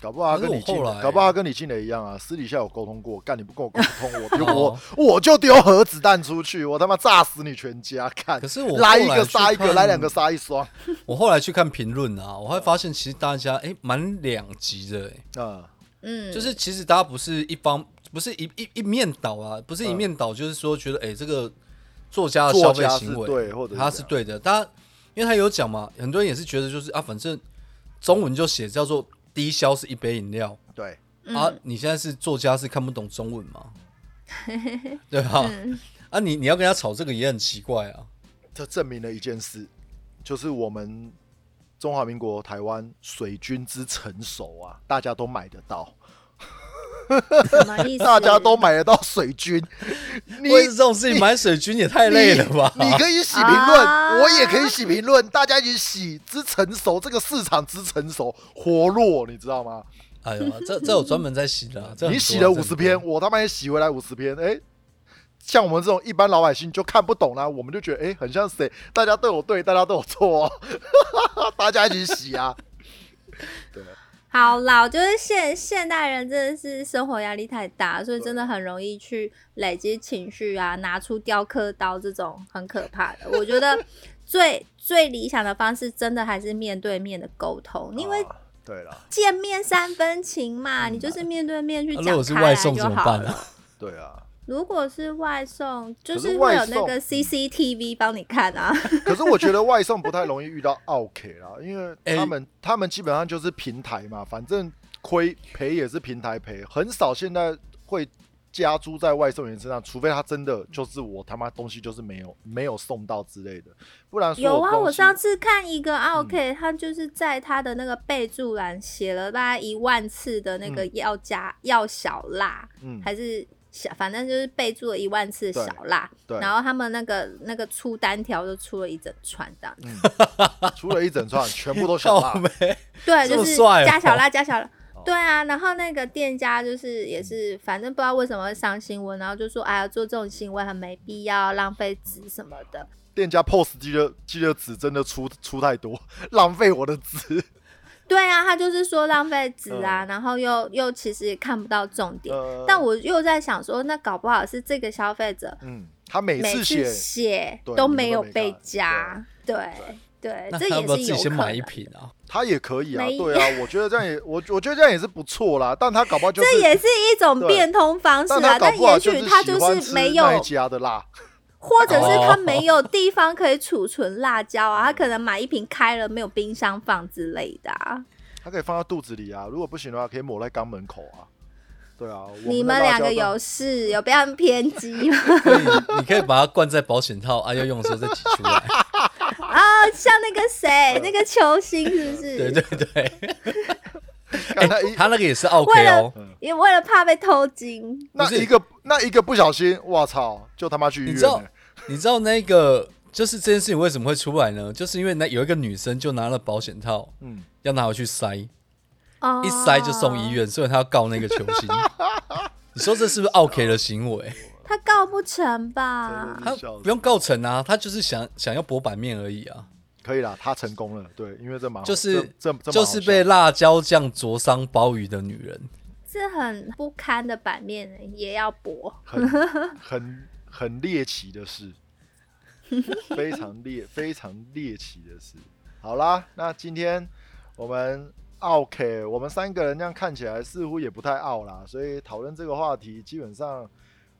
A: 搞不好他
C: 可
A: 跟
C: 是我
A: 李庆
C: 后
A: 磊，
C: 来
A: 搞不好他跟李庆磊一样啊，私底下有沟通过，干你不跟我沟通，
C: <laughs>
A: 我就
C: 哦
A: 我我就丢核子弹出去，我他妈炸死你全家！看，
C: 可是我
A: 来一
C: 后来
A: 个
C: 去
A: 杀一个，
C: 看
A: 来两个杀一双，
C: 我后来去看评论啊，我还发现其实大家哎蛮两极的、诶
A: 嗯，
B: 嗯，
C: 就是其实大家不是一方，不是一一一面倒啊，不是一面倒，就是说觉得哎、诶这个作家的消
A: 作
C: 费
A: 家是
C: 行为
A: 对或者是
C: 他是
A: 怎样
C: 对的，大家因为他有讲嘛，很多人也是觉得就是啊，反正中文就写叫做低消是一杯饮料、
A: 对，
B: 嗯
C: 啊，你现在是作家是看不懂中文
B: <laughs>
C: 吗？对吧？
B: 嗯
C: 啊你，你要跟他吵这个也很奇怪啊。
A: 这证明了一件事，就是我们中华民国台湾水军之成熟啊，大家都买得
C: <laughs>
A: 到，
B: 什么意思？
A: 大家都买得到水军，你
C: 为这种事情买水军也太累了吧？
A: 你？你可以洗评论，
B: 啊
A: 我也可以洗评论，大家一起洗之成熟，这个市场之成熟活络，你知道吗？
C: 哎呦，这这我专门在洗的啊、这很多啊
A: 你洗了五十篇，，
C: 这很多
A: 我他妈也洗回来五十篇，哎、像我们这种一般老百姓就看不懂啦、我们就觉得哎、很像谁，大家都有对，大家都有错、 <laughs> 哦，大家一起洗啊。
B: 好啦，我觉得现现代人真的是生活压力太大，所以真的很容易去累积情绪啊，拿出雕刻刀这种很可怕的。我觉得 <laughs> 最最理想的方式，真的还是面对面的沟通，因
C: 哦
B: 为
A: 啊对了，
B: 见面三分情嘛，你就是面对面去
C: 啊如
B: 讲
C: 果是
B: 开
C: 外
B: 来
C: 送
B: 就
C: 怎么
B: 好
C: 办
B: 了。
C: 啊？
A: 对啊，
B: 如果是外送，就
A: 可是
B: 是会有
A: 外
B: 那
A: 送
B: 个 CCTV 帮你看啊。
A: <laughs> 可是我觉得外送不太容易遇到 OK 啦，因为
C: 哎
A: 他们、他们基本上就是平台嘛，反正亏赔也是平台赔，很少现在会加诸在外送员身上，除非他真的就是我他妈东西就是没有没有送到之类的，不然所
B: 有啊，
A: 东
B: 我
A: 西
B: 上次看一个啊 OK，、他就是在他的那个备注栏写了大概一万次的那个要加、要小辣，
A: 嗯
B: 还是小，反正就是备注了一万次
A: 对
B: 小辣，
A: 对，
B: 然后他们那个那个出单条就出了一整串这样子，
A: 出了一整串，全部都小辣
C: <laughs> 靠，背
B: 对，
C: 这么
B: 就是
C: 帅哦
B: 加小辣加小辣
A: 哦。
B: 对啊，然后那个店家就是也是，反正不知道为什么会上新闻，然后就说，哎呀，做这种行为很没必要，浪费纸什么的。
A: 店家 POS 机的机的纸真的出出太多，浪费我的
C: <laughs>
A: 纸。
B: 对啊，他就是说浪费纸啊，然后又又其实也看不到重点。
A: 嗯呃
B: 但我又在想说，那搞不好是这个消费者
A: 嗯，他每
B: 每
A: 次
B: 次
A: 写
B: 写
A: 对
B: 都
A: 你都
B: 没有
A: 没
B: 被
A: 看
B: 加，对对，
C: 那
B: 这
C: 他要
B: 也
C: 不要
B: 是
C: 自己
B: 有可
C: 先买一
B: 能。
C: 瓶啊？
A: 他也可以啊，
B: 没
A: 对啊，我觉得这样也我我觉得这样也是不错啦，但他搞不好就是
B: 这也是一种
A: 对
B: 变通方式
A: 但
B: 啊
A: 他，搞
B: 但
A: 不好
B: 也
A: 就
B: 许他
A: 喜
B: 就
A: 欢
B: 是
A: 吃
B: 没有
A: 那一，家的辣，
B: 或者是他
C: 哦
B: 没有地方可以储存辣
A: <laughs>
B: 椒啊，他可能买一瓶开了没有冰箱放之类的啊。
A: 他可以放到肚子里啊。如果不行的话，可以抹在肛门口啊。对啊，我
B: 你
A: 们
B: 们
A: 的辣
B: 两
A: 椒
B: 个
A: 都
B: 有事，有不要 <laughs> 偏激吗？
C: 可以，你可以把它灌在保险套，啊，要用的时候再挤出
A: <laughs>
C: 来。
B: 啊，像那个
C: <laughs>
B: 谁，那个球星是不是？
C: 对对对，哎
A: 看他一
C: 他那个也是 OK 哦。
B: 也为了怕被偷金，
A: 那
C: 不是
A: 一个那一个不小心，我操，就他妈去医
C: 你
A: 院
C: 知道
A: 了。，
C: 你知道那个就是这件事情为什么会出来呢？就是因为那有一个女生就拿了保险套，
A: 嗯，
C: 要拿回去塞，
A: 啊
C: 一
B: 哦
C: 塞就送医。院，所以她要告那个球
A: <laughs>
C: 星。你说这是不是 OK 的行为？
B: 他告不成吧？
A: 真的
C: 他
A: 是笑死
C: 不用告成啊，他就是想想要博版面而已啊，
A: 可以啦，他成功了，对，因为这蛮好
C: 就是
A: 这这这蛮
C: 就
A: 好
C: 是
A: 笑
C: 被辣椒酱灼伤鲍鱼的女人。
B: 这很不堪的版面，也要播。 <laughs>
A: 很很很猎奇的事，非常猎非常猎奇的事。好啦，那今天我们 OK，我们三个人这样看起来似乎也不太傲啦，所以讨论这个话题基本上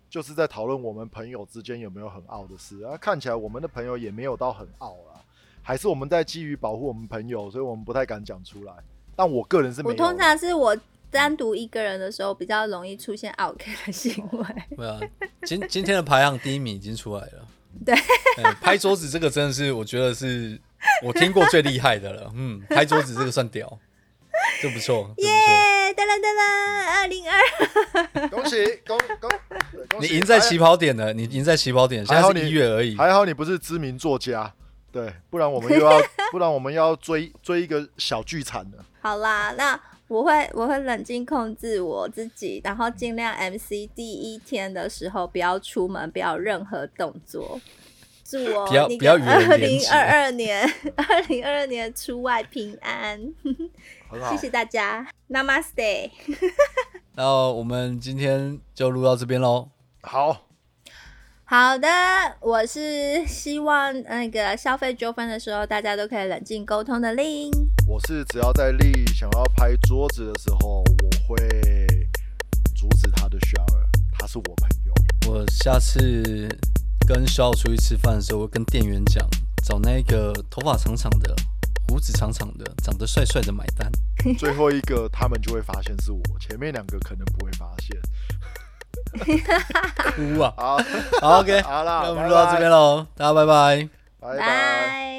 A: 就是在讨论我们朋友之间有没有很傲的事啊。看起来我们的朋友也没有到很傲啦，还是我们在基于保护我们朋友，所以我们不太敢讲出来。但我个人是没
B: 我
A: 有啦。
B: 通
C: <laughs>
B: 常是我单独一个人的时候，比较容易出现 OK 的行为。
C: 对啊，今今天的排行第一名已经出来了。
B: 对
C: 哎，拍桌子这个真的是，我觉得是我听过最厉害的了。嗯，拍桌子这个算屌，这不错，这不错。
B: 耶！噔噔噔噔，二零二，
A: 恭喜恭恭，对恭
C: 你
A: 喜
C: 赢在
A: 哎
C: 起跑点了，你赢在起跑点，现
A: 还好你
C: 在是一月而已。
A: 还好你不是知名作家，
C: <laughs>
A: 对，不然我们又要不然我们要追追一个小剧场了。
B: 好啦，那。我会我会冷静控制我自己，然后尽量 MC 第一天的时候不要出门，不要任何动作。祝我
C: 不要
B: 那
C: 不要
B: 个 <laughs>
C: 与
B: 二
C: 人
B: 零
C: 连结
B: 二二年， <laughs> 二零二二年出外平安，
A: 很好
B: 谢。谢大家，Namaste。
C: 那我们今天就录到这边喽。
A: 好，
B: 好的，我是希望那个消费纠纷的时候，大家都可以冷静沟通的令。
A: 我是只要在丽想要拍桌子的时候，我会阻止他的 shower，他是我朋
C: <laughs>
A: 友。
C: 我下次跟小友出去吃饭的时候，我会跟店员讲，找那个头发长长的、胡子长长的、长得帅帅的买单。
A: 最后一个他们就会发现是我，前面两个可能不会发现。
C: 哭啊！
A: 好，
C: 好，OK，
A: 好啦
C: 啊那我
A: <laughs>
C: 们
A: 拜
C: 录到
A: 拜
C: 这边喽，大家拜拜。
A: 拜拜。